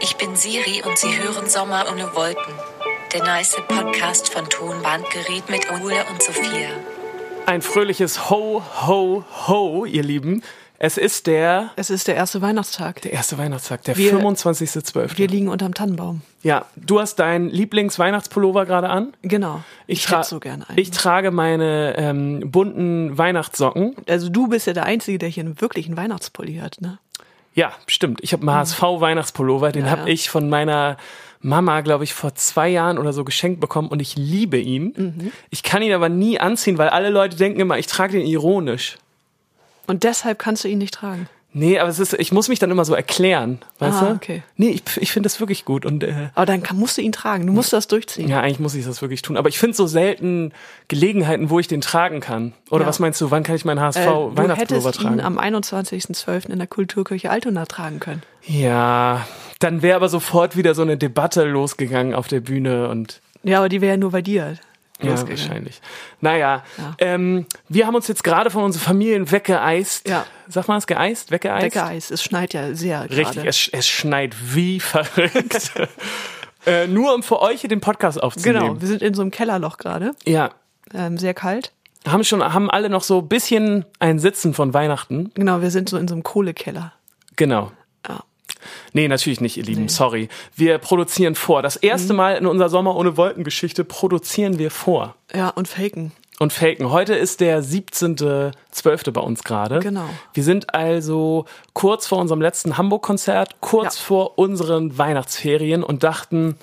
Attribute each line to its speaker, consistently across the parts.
Speaker 1: Ich bin Siri und Sie hören Sommer ohne Wolken. Der nice Podcast von Tonbandgerät mit Ole und Sophia.
Speaker 2: Ein fröhliches Ho, Ho, Ho, ihr Lieben. Es ist der,
Speaker 3: Es ist der erste Weihnachtstag.
Speaker 2: der erste Weihnachtstag, der
Speaker 3: Wir-
Speaker 2: 25.12.
Speaker 3: Wir liegen unterm Tannenbaum.
Speaker 2: ja, du hast deinen Lieblingsweihnachtspullover gerade an.
Speaker 3: Genau.
Speaker 2: tra-
Speaker 3: hätte so gerne einen.
Speaker 2: Ich trage meine ähm, bunten Weihnachtssocken.
Speaker 3: also du bist ja der Einzige, der hier einen wirklichen Weihnachtspulli hat, ne?
Speaker 2: Ja, stimmt. Ich habe einen HSV-Weihnachtspullover. Den
Speaker 3: Mhm. Ja,
Speaker 2: habe
Speaker 3: ja.
Speaker 2: ich von meiner Mama, glaube ich, vor zwei Jahren oder so geschenkt bekommen und ich liebe ihn.
Speaker 3: Mhm.
Speaker 2: Ich kann ihn aber nie anziehen, weil alle Leute denken immer, ich trage den ironisch.
Speaker 3: Und deshalb kannst du ihn nicht tragen.
Speaker 2: Nee, aber es ist, ich muss mich dann immer so erklären, weißt
Speaker 3: Ah,
Speaker 2: du?
Speaker 3: okay.
Speaker 2: Nee, ich, ich finde das wirklich gut und äh,
Speaker 3: Aber dann kann, musst du ihn tragen. Du musst das durchziehen.
Speaker 2: ja, eigentlich muss ich das wirklich tun. Aber ich finde so selten Gelegenheiten, wo ich den tragen kann. Oder
Speaker 3: Ja.
Speaker 2: was meinst du, wann kann ich meinen HSV
Speaker 3: Äh, du
Speaker 2: Weihnachtspullover
Speaker 3: hättest ihn
Speaker 2: tragen?
Speaker 3: am 21.12. in der Kulturkirche Altona tragen können.
Speaker 2: ja, dann wäre aber sofort wieder so eine Debatte losgegangen auf der Bühne und
Speaker 3: Ja, aber die wäre ja nur bei dir.
Speaker 2: ja,
Speaker 3: losgegangen.
Speaker 2: wahrscheinlich. Naja,
Speaker 3: Ja.
Speaker 2: Ähm, wir haben uns jetzt gerade von unseren Familien weggeeist.
Speaker 3: Ja.
Speaker 2: Sag mal, es geeist, weggeeist?
Speaker 3: Weckereis. Es schneit ja sehr
Speaker 2: Richtig,
Speaker 3: gerade.
Speaker 2: es, es schneit wie verrückt. äh, nur um für euch hier den Podcast aufzunehmen.
Speaker 3: Genau. Wir sind in so einem Kellerloch gerade.
Speaker 2: Ja.
Speaker 3: Ähm, sehr kalt.
Speaker 2: Haben schon, haben alle noch so ein bisschen ein Sitzen von Weihnachten.
Speaker 3: Genau, wir sind so in so einem Kohlekeller.
Speaker 2: Genau.
Speaker 3: Ja.
Speaker 2: Nee, natürlich nicht, ihr Lieben. Sorry. Wir produzieren vor. Das
Speaker 3: Mhm.
Speaker 2: erste Mal in unserer Sommer ohne Wolkengeschichte produzieren wir vor
Speaker 3: Ja, und faken.
Speaker 2: und faken. Heute ist der 17.12. bei uns gerade.
Speaker 3: Genau.
Speaker 2: Wir sind also kurz vor unserem letzten Hamburg-Konzert, kurz
Speaker 3: Ja.
Speaker 2: vor unseren Weihnachtsferien und dachten,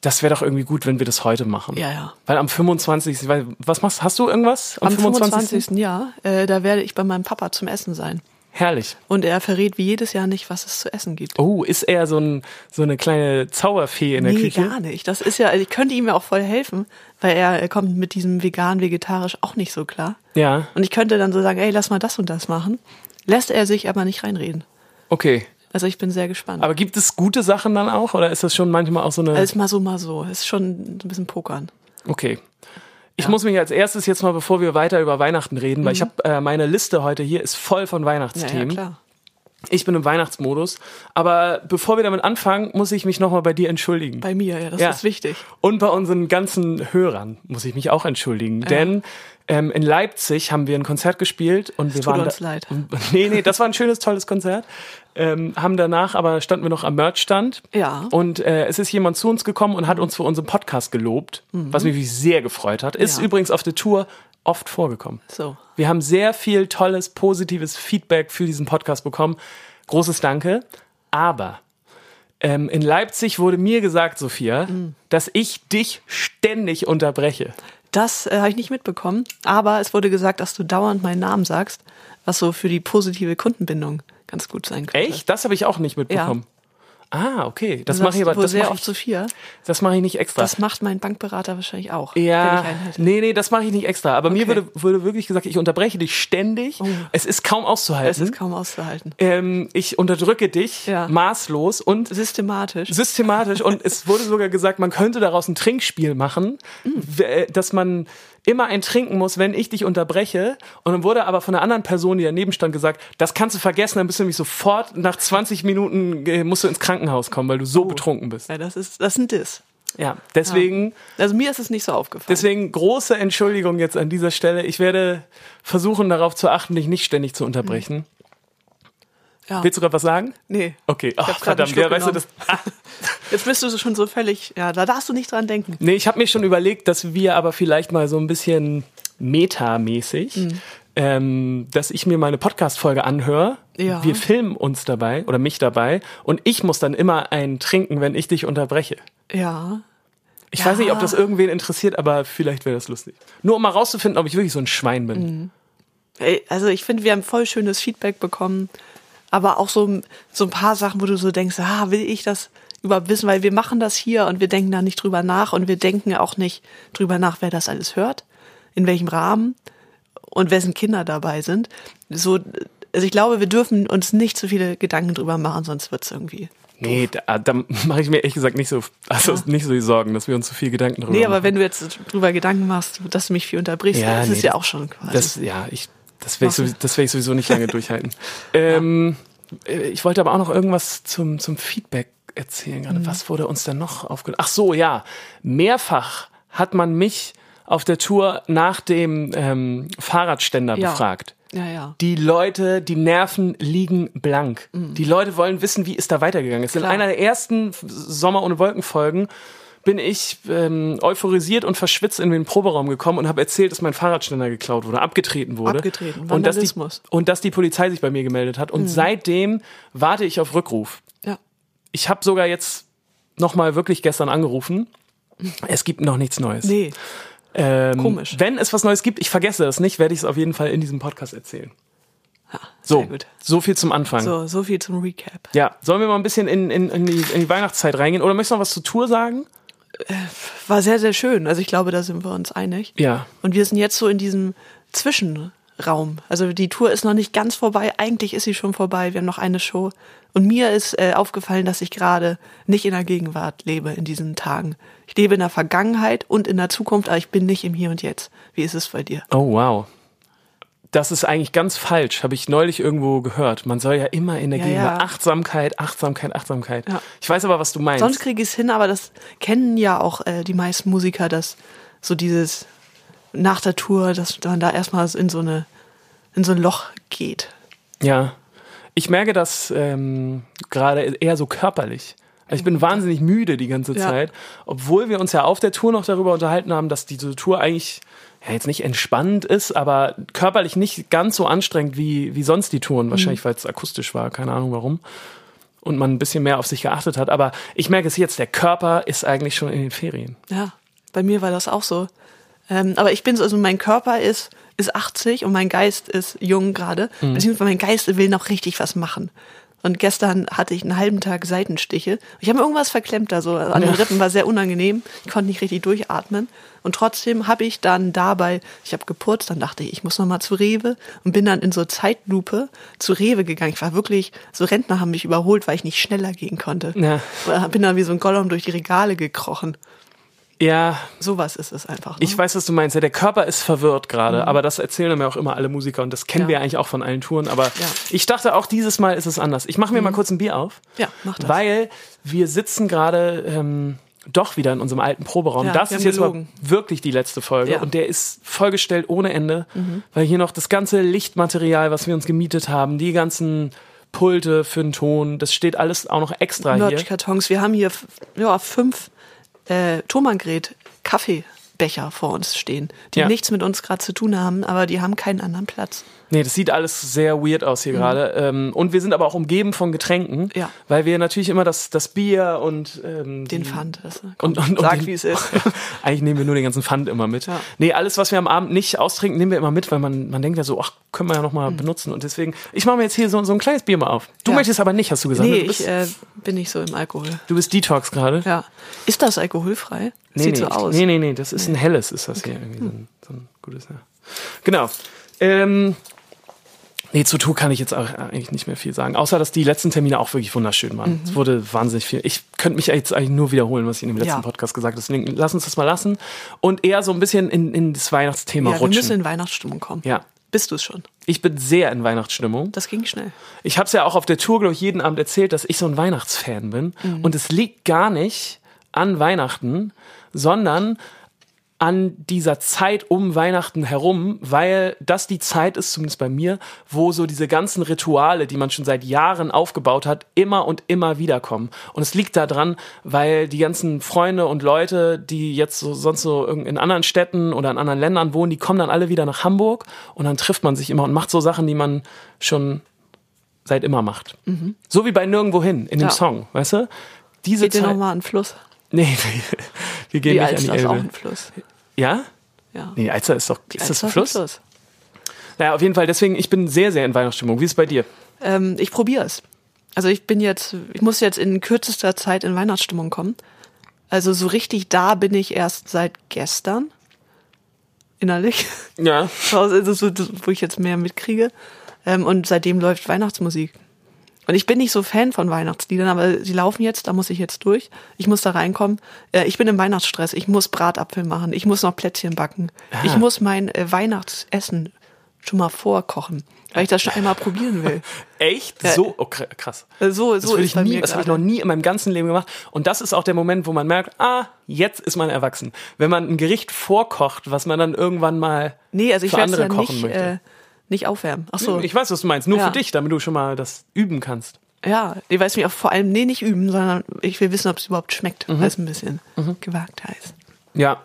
Speaker 2: das wäre doch irgendwie gut, wenn wir das heute machen.
Speaker 3: Ja, ja.
Speaker 2: Weil am 25. Weil, was machst Hast du irgendwas?
Speaker 3: Am 25. Jahr, äh, da werde ich bei meinem Papa zum Essen sein.
Speaker 2: Herrlich.
Speaker 3: Und er verrät wie jedes Jahr nicht, was es zu essen gibt.
Speaker 2: Oh, ist er so, ein, so eine kleine Zauberfee in der
Speaker 3: nee,
Speaker 2: Küche?
Speaker 3: gar nicht. Das ist ja, also ich könnte ihm ja auch voll helfen, weil er äh, kommt mit diesem vegan, vegetarisch auch nicht so klar.
Speaker 2: Ja,
Speaker 3: Und ich könnte dann so sagen, ey, lass mal das und das machen. Lässt er sich aber nicht reinreden.
Speaker 2: okay.
Speaker 3: Also ich bin sehr gespannt.
Speaker 2: Aber gibt es gute Sachen dann auch oder ist das schon manchmal auch so eine.
Speaker 3: Alles mal so, mal so. Es ist schon ein bisschen Pokern.
Speaker 2: Okay. Ich muss mich als erstes jetzt mal, bevor wir weiter über Weihnachten reden, weil ich habe äh, meine Liste heute hier ist voll von
Speaker 3: Ja,
Speaker 2: Weihnachtsthemen.
Speaker 3: Mhm. ja, klar.
Speaker 2: Ich bin im Weihnachtsmodus. Aber bevor wir damit anfangen, muss ich mich nochmal bei dir entschuldigen.
Speaker 3: Bei mir, ja, das
Speaker 2: Ja.
Speaker 3: ist wichtig.
Speaker 2: Und bei unseren ganzen Hörern muss ich mich auch entschuldigen. Denn ähm, in Leipzig haben wir ein Konzert gespielt und wir
Speaker 3: tut
Speaker 2: waren.
Speaker 3: uns
Speaker 2: da-
Speaker 3: leid.
Speaker 2: Nee, nee, das war ein schönes, tolles Konzert. Ähm, haben danach aber standen wir noch am Merchstand.
Speaker 3: Ja.
Speaker 2: Und äh, es ist jemand zu uns gekommen und hat uns für unseren Podcast gelobt, was mich wirklich sehr gefreut hat. Ist
Speaker 3: Mhm. Ja.
Speaker 2: übrigens auf der Tour oft vorgekommen.
Speaker 3: So.
Speaker 2: Wir haben sehr viel tolles, positives Feedback für diesen Podcast bekommen. Großes Danke. Aber ähm, in Leipzig wurde mir gesagt, Sophia,
Speaker 3: Mhm.
Speaker 2: dass ich dich ständig unterbreche.
Speaker 3: Das äh, habe ich nicht mitbekommen, aber es wurde gesagt, dass du dauernd meinen Namen sagst, was so für die positive Kundenbindung ganz gut sein könnte.
Speaker 2: Echt? Das habe ich auch nicht mitbekommen. Ah, okay. Das
Speaker 3: Das
Speaker 2: mache ich aber
Speaker 3: wohl
Speaker 2: das
Speaker 3: sehr
Speaker 2: mache
Speaker 3: oft
Speaker 2: ich,
Speaker 3: Sophia.
Speaker 2: das mache ich nicht extra.
Speaker 3: Das macht mein Bankberater wahrscheinlich
Speaker 2: ja,
Speaker 3: auch. Wenn ich einen hätte.
Speaker 2: nee, nee, das mache ich nicht extra. Aber mir
Speaker 3: Okay. Oh.
Speaker 2: würde, würde wirklich gesagt, ich unterbreche dich ständig. Es ist kaum auszuhalten.
Speaker 3: Es ist kaum auszuhalten.
Speaker 2: ähm, ich unterdrücke dich
Speaker 3: Ja.
Speaker 2: maßlos und
Speaker 3: Systematisch.
Speaker 2: systematisch und es wurde sogar gesagt, man könnte daraus ein Trinkspiel machen, w- äh, dass man immer ein trinken muss, wenn ich dich unterbreche. Und dann wurde aber von einer anderen Person, die daneben stand, gesagt, das kannst du vergessen, dann bist du nämlich sofort nach 20 Minuten äh, musst du ins Krankenhaus kommen, weil du
Speaker 3: Oh.
Speaker 2: so betrunken bist.
Speaker 3: ja, das ist das sind Diss.
Speaker 2: Ja, deswegen,
Speaker 3: Also mir ist es nicht so aufgefallen.
Speaker 2: deswegen große Entschuldigung jetzt an dieser Stelle. Ich werde versuchen, darauf zu achten, dich nicht ständig zu
Speaker 3: Mhm.
Speaker 2: unterbrechen.
Speaker 3: ja.
Speaker 2: Willst du gerade was sagen?
Speaker 3: nee.
Speaker 2: Okay, Ach,
Speaker 3: hab's grad einen
Speaker 2: verdammt, ja,
Speaker 3: Schluck
Speaker 2: weißt du, das, Ah.
Speaker 3: genommen. Jetzt bist du so schon so völlig, ja, da darfst du nicht dran denken.
Speaker 2: Nee, ich habe mir schon überlegt, dass wir aber vielleicht mal so ein bisschen metamäßig,
Speaker 3: Mhm.
Speaker 2: ähm, dass ich mir meine Podcast-Folge anhöre.
Speaker 3: Ja.
Speaker 2: Wir filmen uns dabei oder mich dabei und ich muss dann immer einen trinken, wenn ich dich unterbreche.
Speaker 3: Ja.
Speaker 2: Ich weiß nicht, ob das
Speaker 3: Ja.
Speaker 2: irgendwen interessiert, aber vielleicht wäre das lustig. Nur um mal rauszufinden, ob ich wirklich so ein Schwein
Speaker 3: Mhm.
Speaker 2: bin.
Speaker 3: Ey, also ich finde, wir haben voll schönes Feedback bekommen, aber auch so, so ein paar Sachen, wo du so denkst, ah, will ich das überhaupt wissen, weil wir machen das hier und wir denken da nicht drüber nach und wir denken auch nicht drüber nach, wer das alles hört, in welchem Rahmen und wessen Kinder dabei sind. So, also ich glaube, wir dürfen uns nicht so viele Gedanken drüber machen, sonst wird's irgendwie.
Speaker 2: Nee, da, da mache ich mir ehrlich gesagt nicht so, also
Speaker 3: Ja.
Speaker 2: nicht so die Sorgen, dass wir uns zu viel Gedanken drüber
Speaker 3: Nee, aber
Speaker 2: machen.
Speaker 3: wenn du jetzt drüber Gedanken machst, dass du mich viel unterbrichst,
Speaker 2: Mhm. Ja,
Speaker 3: das
Speaker 2: nee,
Speaker 3: ist ja
Speaker 2: das-
Speaker 3: auch schon quasi.
Speaker 2: Das, ja, ich, das werde ich, sowieso- das werd ich sowieso nicht lange durchhalten. Ähm, äh, ich wollte aber auch noch irgendwas zum, zum Feedback erzählen
Speaker 3: Mhm.
Speaker 2: gerade. Was wurde uns denn noch aufgenommen? Ach so, ja. Mehrfach hat man mich auf der Tour nach dem ähm, Fahrradständer
Speaker 3: Ja.
Speaker 2: befragt.
Speaker 3: Ja, ja.
Speaker 2: Die Leute, die Nerven liegen blank. Die Leute wollen wissen, wie ist da weitergegangen ist. In
Speaker 3: Mhm. Klar.
Speaker 2: einer der ersten F- Sommer ohne Wolken Folgen bin ich ähm, euphorisiert und verschwitzt in den Proberaum gekommen und habe erzählt, dass mein Fahrradständer geklaut wurde, abgetreten wurde.
Speaker 3: Abgetreten,
Speaker 2: und dass, die,
Speaker 3: Vandalismus. Mhm.
Speaker 2: und dass die Polizei sich bei mir gemeldet hat. Und seitdem warte ich auf Rückruf.
Speaker 3: ja.
Speaker 2: Ich habe sogar jetzt nochmal wirklich gestern angerufen. Es gibt noch nichts Neues.
Speaker 3: Nee,
Speaker 2: Ähm,
Speaker 3: Komisch.
Speaker 2: Wenn es was Neues gibt, ich vergesse das nicht, werde ich es auf jeden Fall in diesem Podcast erzählen. So,
Speaker 3: sehr gut.
Speaker 2: so viel zum Anfang.
Speaker 3: so, so viel zum Recap.
Speaker 2: Ja, sollen wir mal ein bisschen in, in, in, die, in die Weihnachtszeit reingehen? Oder möchtest du noch was zur Tour sagen?
Speaker 3: War sehr, sehr schön. Also ich glaube, da sind wir uns einig.
Speaker 2: Ja.
Speaker 3: Und wir sind jetzt so in diesem Zwischenraum. Also die Tour ist noch nicht ganz vorbei. Eigentlich ist sie schon vorbei. Wir haben noch eine Show. Und mir ist äh, aufgefallen, dass ich gerade nicht in der Gegenwart lebe in diesen Tagen. Ich lebe in der Vergangenheit und in der Zukunft, aber ich bin nicht im Hier und Jetzt. Wie ist es bei dir?
Speaker 2: Oh, wow. Das ist eigentlich ganz falsch, habe ich neulich irgendwo gehört. Man soll ja immer in der
Speaker 3: Ja,
Speaker 2: Gegenwart.
Speaker 3: ja.
Speaker 2: Achtsamkeit, Achtsamkeit, Achtsamkeit.
Speaker 3: Ja.
Speaker 2: Ich weiß aber, was du meinst.
Speaker 3: Sonst kriege ich es hin, aber das kennen ja auch äh, die meisten Musiker, dass so dieses nach der Tour, dass man da erstmal so in so eine in so ein Loch geht.
Speaker 2: Ja. Ich merke das ähm, gerade eher so körperlich. Also Ich bin wahnsinnig müde die ganze
Speaker 3: Ja.
Speaker 2: Zeit, obwohl wir uns ja auf der Tour noch darüber unterhalten haben, dass diese Tour eigentlich ja, jetzt nicht entspannend ist, aber körperlich nicht ganz so anstrengend wie, wie sonst die Touren. Wahrscheinlich, weil es akustisch war, keine Ahnung warum. Und man ein bisschen mehr auf sich geachtet hat. Aber ich merke es jetzt, der Körper ist eigentlich schon in den Ferien.
Speaker 3: Ja, bei mir war das auch so. Ähm, aber ich bin so, also mein Körper ist, ist 80 und mein Geist ist jung gerade. Beziehungsweise mein Geist will noch richtig was machen. Und gestern hatte ich einen halben Tag Seitenstiche. Ich habe mir irgendwas verklemmt da so also an den Rippen, war sehr unangenehm. Ich konnte nicht richtig durchatmen. Und trotzdem habe ich dann dabei, ich habe gepurzt, dann dachte ich, ich muss nochmal zu Rewe und bin dann in so Zeitlupe zu Rewe gegangen. Ich war wirklich, so Rentner haben mich überholt, weil ich nicht schneller gehen konnte.
Speaker 2: Ja.
Speaker 3: Bin dann wie so ein Gollum durch die Regale gekrochen.
Speaker 2: Ja,
Speaker 3: Sowas ist es einfach. Ne?
Speaker 2: Ich weiß, was du meinst. Ja, der Körper ist verwirrt gerade, aber das erzählen mir auch immer alle Musiker und das kennen
Speaker 3: Mhm. Ja.
Speaker 2: wir eigentlich auch von allen Touren. Aber ich dachte auch dieses Mal ist es anders. Ich mache mir mal kurz ein Bier auf,
Speaker 3: Mhm. Ja, mach das.
Speaker 2: weil wir sitzen gerade ähm, doch wieder in unserem alten Proberaum.
Speaker 3: Ja,
Speaker 2: das
Speaker 3: wir
Speaker 2: ist
Speaker 3: haben
Speaker 2: jetzt mal
Speaker 3: gelogen.
Speaker 2: wirklich die letzte Folge
Speaker 3: Ja. Mhm.
Speaker 2: und der ist vollgestellt ohne Ende, weil hier noch das ganze Lichtmaterial, was wir uns gemietet haben, die ganzen Pulte für den Ton, das steht alles auch noch extra hier.
Speaker 3: Merch-Kartons. Wir haben hier f- ja, fünf äh, Tomangret Kaffeebecher vor uns stehen, die
Speaker 2: Ja.
Speaker 3: nichts mit uns gerade zu tun haben, aber die haben keinen anderen Platz.
Speaker 2: Nee, das sieht alles sehr weird aus hier gerade. Ähm, und wir sind aber auch umgeben von Getränken,
Speaker 3: Mhm. Ja.
Speaker 2: weil wir natürlich immer das, das Bier und ähm,
Speaker 3: Den
Speaker 2: die-
Speaker 3: Pfand. Das, ne?
Speaker 2: und, und, und
Speaker 3: Sag,
Speaker 2: den-
Speaker 3: wie es ist.
Speaker 2: Eigentlich nehmen wir nur den ganzen Pfand immer mit.
Speaker 3: Ja.
Speaker 2: Nee, alles, was wir am Abend nicht austrinken, nehmen wir immer mit, weil man, man denkt ja so, ach, können wir ja nochmal mal benutzen. Und deswegen, ich mache mir jetzt hier so, so ein kleines Bier mal auf. Du
Speaker 3: Mhm. Ja.
Speaker 2: möchtest aber nicht, hast du gesagt.
Speaker 3: Nee,
Speaker 2: ne? du, bist,
Speaker 3: ich äh, bin nicht so im Alkohol.
Speaker 2: du bist Detox gerade.
Speaker 3: Ja. Ist das alkoholfrei?
Speaker 2: Nee,
Speaker 3: Sieht
Speaker 2: nee,
Speaker 3: so
Speaker 2: ich-
Speaker 3: aus.
Speaker 2: Nee, nee, nee, das ist ein helles, ist das hier irgendwie. So ein, so ein gutes, ja. Genau. Ähm, nee, zur Tour kann ich jetzt auch eigentlich nicht mehr viel sagen. Außer, dass die letzten Termine auch wirklich wunderschön waren.
Speaker 3: Mhm.
Speaker 2: Es wurde wahnsinnig viel. Ich könnte mich jetzt eigentlich nur wiederholen, was ich in dem letzten
Speaker 3: Ja.
Speaker 2: Podcast gesagt habe. Deswegen lass uns das mal lassen und eher so ein bisschen in, in das Weihnachtsthema
Speaker 3: ja, wir müssen
Speaker 2: rutschen.
Speaker 3: in Weihnachtsstimmung kommen.
Speaker 2: Ja.
Speaker 3: Bist du es schon?
Speaker 2: Ich bin sehr in Weihnachtsstimmung.
Speaker 3: Das ging schnell.
Speaker 2: Ich habe es ja auch auf der Tour, glaube ich, jeden Abend erzählt, dass ich so ein Weihnachtsfan bin.
Speaker 3: Mhm.
Speaker 2: Und es liegt gar nicht an Weihnachten, sondern an dieser Zeit um Weihnachten herum, weil das die Zeit ist, zumindest bei mir, wo so diese ganzen Rituale, die man schon seit Jahren aufgebaut hat, immer und immer wiederkommen. Und es liegt daran, weil die ganzen Freunde und Leute, die jetzt so, sonst so irgend- in anderen Städten oder in anderen Ländern wohnen, die kommen dann alle wieder nach Hamburg und dann trifft man sich immer und macht so Sachen, die man schon seit immer macht. So wie bei Nirgendwohin in dem
Speaker 3: Mhm. Ja.
Speaker 2: Song, weißt du? Diese
Speaker 3: Geht dir
Speaker 2: Zeit.
Speaker 3: nochmal einen Fluss?
Speaker 2: Nee, wir gehen
Speaker 3: Die
Speaker 2: nicht an die
Speaker 3: Alster ist auch
Speaker 2: Elbe.
Speaker 3: ein Fluss.
Speaker 2: Ja?
Speaker 3: Ja.
Speaker 2: Nee, Alster ist doch. Ist das
Speaker 3: Alster
Speaker 2: ein Fluss? Naja, auf jeden Fall. Deswegen, ich bin sehr, sehr in Weihnachtsstimmung. Wie ist es bei dir?
Speaker 3: Ähm, ich probiere es. Also ich bin jetzt, ich muss jetzt in kürzester Zeit in Weihnachtsstimmung kommen. Also so richtig da bin ich erst seit gestern. Innerlich.
Speaker 2: Ja.
Speaker 3: Also so, das, wo ich jetzt mehr mitkriege. Ähm, und seitdem läuft Weihnachtsmusik. Und ich bin nicht so Fan von Weihnachtsliedern, aber sie laufen jetzt, da muss ich jetzt durch. Ich muss da reinkommen. Äh, ich bin im Weihnachtsstress. Ich muss Bratapfel machen. Ich muss noch Plätzchen backen. Ich muss mein äh, Weihnachtsessen schon mal vorkochen, weil ich das schon einmal probieren will.
Speaker 2: Echt?
Speaker 3: Ja. Äh,
Speaker 2: So? Oh, kr- krass.
Speaker 3: So, so
Speaker 2: Das, will
Speaker 3: ist
Speaker 2: ich
Speaker 3: bei
Speaker 2: nie,
Speaker 3: mir
Speaker 2: das habe ich
Speaker 3: gerade.
Speaker 2: noch nie in meinem ganzen Leben gemacht. Und das ist auch der Moment, wo man merkt, ah, jetzt ist man erwachsen. Wenn man ein Gericht vorkocht, was man dann irgendwann mal
Speaker 3: Nee, also ich
Speaker 2: für
Speaker 3: werde es
Speaker 2: andere
Speaker 3: ja
Speaker 2: kochen
Speaker 3: nicht,
Speaker 2: möchte.
Speaker 3: äh, nicht aufwärmen. Ach so.
Speaker 2: Ich weiß, was du meinst. Nur
Speaker 3: Ja.
Speaker 2: für dich, damit du schon mal das üben kannst.
Speaker 3: Ja, ich weiß mich auch vor allem, nee, nicht üben, sondern ich will wissen, ob es überhaupt schmeckt,
Speaker 2: Mhm.
Speaker 3: weil es ein bisschen gewagt heißt.
Speaker 2: Ja.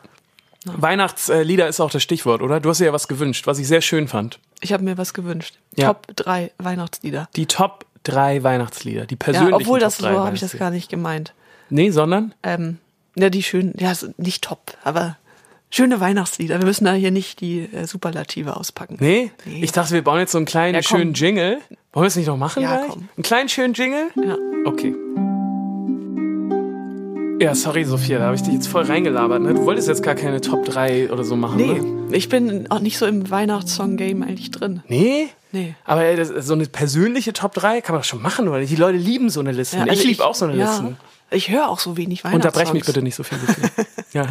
Speaker 2: Weihnachtslieder ist auch das Stichwort, oder? Du hast dir ja was gewünscht, was ich sehr schön fand.
Speaker 3: Ich habe mir was gewünscht.
Speaker 2: Ja.
Speaker 3: Top 3 Weihnachtslieder.
Speaker 2: Die Top 3 Weihnachtslieder, die
Speaker 3: Ja,
Speaker 2: persönlichen
Speaker 3: obwohl das
Speaker 2: Top
Speaker 3: so
Speaker 2: drei
Speaker 3: habe ich das
Speaker 2: Weihnachtslieder.
Speaker 3: gar nicht gemeint.
Speaker 2: Nee, sondern?
Speaker 3: Ähm, ja, die schönen, ja, so- nicht top, aber schöne Weihnachtslieder. Wir müssen da hier nicht die äh, Superlative auspacken.
Speaker 2: Nee?
Speaker 3: Nee.
Speaker 2: Ich dachte, wir bauen jetzt so einen kleinen
Speaker 3: Ja, komm.
Speaker 2: schönen Jingle. Wollen wir es nicht noch machen
Speaker 3: Ja,
Speaker 2: gleich?
Speaker 3: komm.
Speaker 2: Einen kleinen schönen Jingle?
Speaker 3: Ja.
Speaker 2: Okay. Ja, sorry, Sophia, da habe ich dich jetzt voll reingelabert. Ne? Du wolltest jetzt gar keine Top 3 oder so machen,
Speaker 3: Nee,
Speaker 2: ne?
Speaker 3: ich bin auch nicht so im Weihnachtssong-Game eigentlich drin.
Speaker 2: Nee?
Speaker 3: Nee.
Speaker 2: Aber ey, das, so eine persönliche Top 3 kann man doch schon machen, oder? nicht? Die Leute lieben so eine Liste.
Speaker 3: Ja, also
Speaker 2: ich liebe auch so eine
Speaker 3: ja,
Speaker 2: Liste.
Speaker 3: Ich höre auch so wenig Weihnachtssongs.
Speaker 2: Unterbrech mich bitte nicht so viel. Sophia. ja.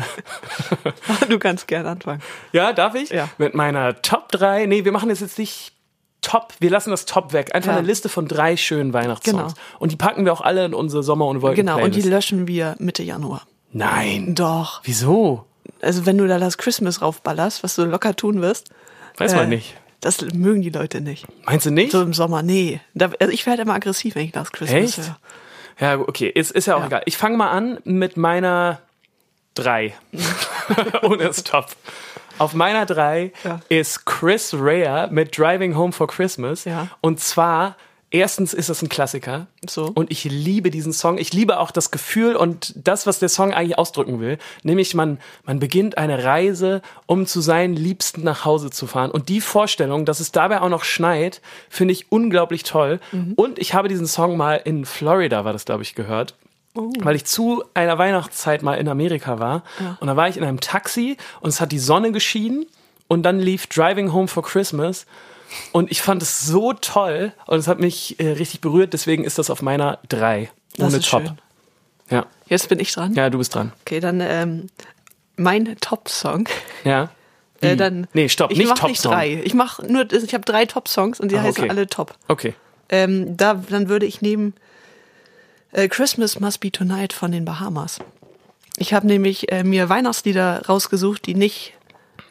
Speaker 3: Du kannst gerne anfangen.
Speaker 2: ja, darf ich?
Speaker 3: Ja.
Speaker 2: Mit meiner Top 3. Nee, wir machen das jetzt nicht Top. Wir lassen das Top weg. Einfach
Speaker 3: Ja.
Speaker 2: eine Liste von drei schönen Weihnachtssongs.
Speaker 3: Genau.
Speaker 2: Und die packen wir auch alle in unsere Sommer- und Wolken.
Speaker 3: Genau, und die
Speaker 2: Playlist.
Speaker 3: löschen wir Mitte Januar.
Speaker 2: Nein.
Speaker 3: Doch.
Speaker 2: Wieso?
Speaker 3: Also wenn du da das Christmas raufballerst, was du locker tun wirst.
Speaker 2: Weiß
Speaker 3: äh,
Speaker 2: man nicht.
Speaker 3: Das mögen die Leute nicht.
Speaker 2: Meinst du nicht?
Speaker 3: So im Sommer, nee. Da, also ich werde immer aggressiv, wenn ich das Christmas
Speaker 2: Echt?
Speaker 3: höre.
Speaker 2: Ja, okay, ist, ist ja auch
Speaker 3: Ja.
Speaker 2: egal. Ich fange mal an mit meiner 3. Ohne Stop. Auf meiner 3
Speaker 3: Ja.
Speaker 2: ist Chris Rea mit Driving Home for Christmas.
Speaker 3: Ja.
Speaker 2: Und zwar, erstens ist das ein Klassiker.
Speaker 3: So.
Speaker 2: Und ich liebe diesen Song. Ich liebe auch das Gefühl und das, was der Song eigentlich ausdrücken will. Nämlich, man, man beginnt eine Reise, um zu seinen Liebsten nach Hause zu fahren. Und die Vorstellung, dass es dabei auch noch schneit, finde ich unglaublich toll. Und ich habe diesen Song mal in Florida, war das, glaube ich, gehört.
Speaker 3: Oh.
Speaker 2: Weil ich zu einer Weihnachtszeit mal in Amerika war. Und da war ich in einem Taxi und es hat die Sonne geschienen. Und dann lief Driving Home for Christmas. Und ich fand es so toll und es hat mich äh, richtig berührt. Deswegen ist das auf meiner 3.
Speaker 3: Das
Speaker 2: Ohne
Speaker 3: ist
Speaker 2: Top.
Speaker 3: schön.
Speaker 2: Ja.
Speaker 3: Jetzt bin ich dran.
Speaker 2: ja, du bist dran.
Speaker 3: Okay, dann ähm, mein Top-Song.
Speaker 2: Ja.
Speaker 3: Äh,
Speaker 2: Wie?
Speaker 3: dann,
Speaker 2: Hm. Nee, stopp,
Speaker 3: ich
Speaker 2: nicht
Speaker 3: mach
Speaker 2: Top
Speaker 3: nicht
Speaker 2: Song.
Speaker 3: drei. Ich mach nur, ich habe drei Top-Songs und die
Speaker 2: Ah,
Speaker 3: heißen
Speaker 2: okay.
Speaker 3: alle Top.
Speaker 2: Okay.
Speaker 3: Ähm, da, dann würde ich nehmen äh, Christmas Must Be Tonight von den Bahamas. Ich habe nämlich äh, mir Weihnachtslieder rausgesucht, die nicht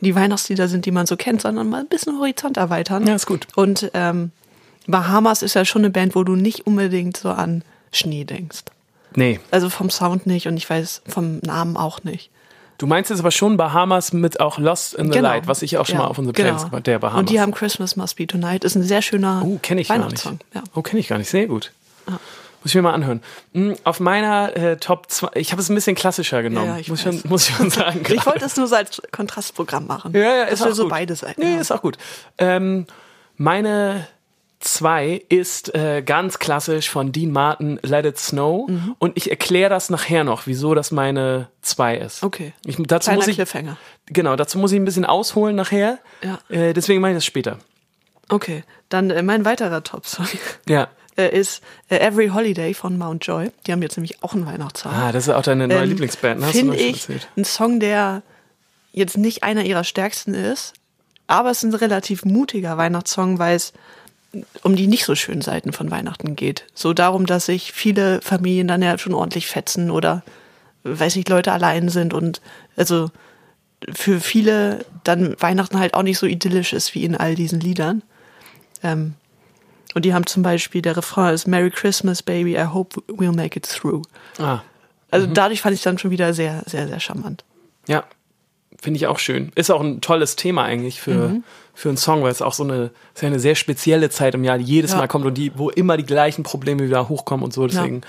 Speaker 3: die Weihnachtslieder sind, die man so kennt, sondern mal ein bisschen Horizont erweitern.
Speaker 2: Ja, ist gut.
Speaker 3: Und ähm, Bahamas ist ja schon eine Band, wo du nicht unbedingt so an Schnee denkst.
Speaker 2: Nee.
Speaker 3: Also vom Sound nicht und ich weiß vom Namen auch nicht.
Speaker 2: Du meinst jetzt aber schon Bahamas mit auch Lost in the Light, was ich auch schon
Speaker 3: Genau. Ja, genau.
Speaker 2: mal auf unsere Playlist gemacht der Bahamas.
Speaker 3: Und die haben Christmas Must Be Tonight. Ist ein sehr schöner
Speaker 2: oh, kenne ich gar nicht.
Speaker 3: Weihnachtssong. Ja.
Speaker 2: Oh, kenne ich gar nicht. Sehr gut. Muss ich mir mal anhören. Hm, Auf meiner äh, Top 2, ich habe es ein bisschen klassischer genommen,
Speaker 3: Ja, ja, ich
Speaker 2: muss,
Speaker 3: weiß.
Speaker 2: schon, muss ich schon sagen.
Speaker 3: Ich
Speaker 2: gerade.
Speaker 3: wollte es nur so als Kontrastprogramm machen.
Speaker 2: Genau. Ja, ja,
Speaker 3: Dass
Speaker 2: ist
Speaker 3: wir
Speaker 2: auch
Speaker 3: so
Speaker 2: gut.
Speaker 3: beide sein.
Speaker 2: Nee,
Speaker 3: ja.
Speaker 2: ist auch gut. Ähm, meine zwei ist äh, ganz klassisch von Dean Martin, Let It Snow.
Speaker 3: Mhm.
Speaker 2: Und ich erkläre das nachher noch, wieso das meine zwei ist.
Speaker 3: Okay.
Speaker 2: Ich, dazu
Speaker 3: Kleiner
Speaker 2: muss ich,
Speaker 3: Cliffhanger.
Speaker 2: genau, dazu muss ich ein bisschen ausholen nachher.
Speaker 3: Ja.
Speaker 2: Äh, deswegen mache ich das später.
Speaker 3: Okay, dann äh, mein weiterer Top-Song
Speaker 2: Ja.
Speaker 3: äh, ist äh, Every Holiday von Mount Joy. Die haben jetzt nämlich auch einen Weihnachtssong.
Speaker 2: Ah, das ist auch deine neue Lieblingsband, ne? Hast du
Speaker 3: Finde
Speaker 2: mir schon
Speaker 3: Ähm, ich
Speaker 2: erzählt.
Speaker 3: ein Song, der jetzt nicht einer ihrer stärksten ist, aber es ist ein relativ mutiger Weihnachtssong, weil es um die nicht so schönen Seiten von Weihnachten geht. So darum, dass sich viele Familien dann ja schon ordentlich fetzen oder weiß nicht, Leute allein sind und also für viele dann Weihnachten halt auch nicht so idyllisch ist wie in all diesen Liedern. Ähm, und die haben zum Beispiel, der Refrain ist Merry Christmas, Baby, I hope we'll make it through.
Speaker 2: Ah,
Speaker 3: Also dadurch fand ich dann schon wieder sehr, sehr, sehr charmant.
Speaker 2: ja. Finde ich auch schön. Ist auch ein tolles Thema eigentlich für,
Speaker 3: Mhm.
Speaker 2: für einen Song, weil es auch so eine, ist ja eine sehr spezielle Zeit im Jahr, die jedes
Speaker 3: Ja.
Speaker 2: Mal kommt und die, wo immer die gleichen Probleme wieder hochkommen und so. Deswegen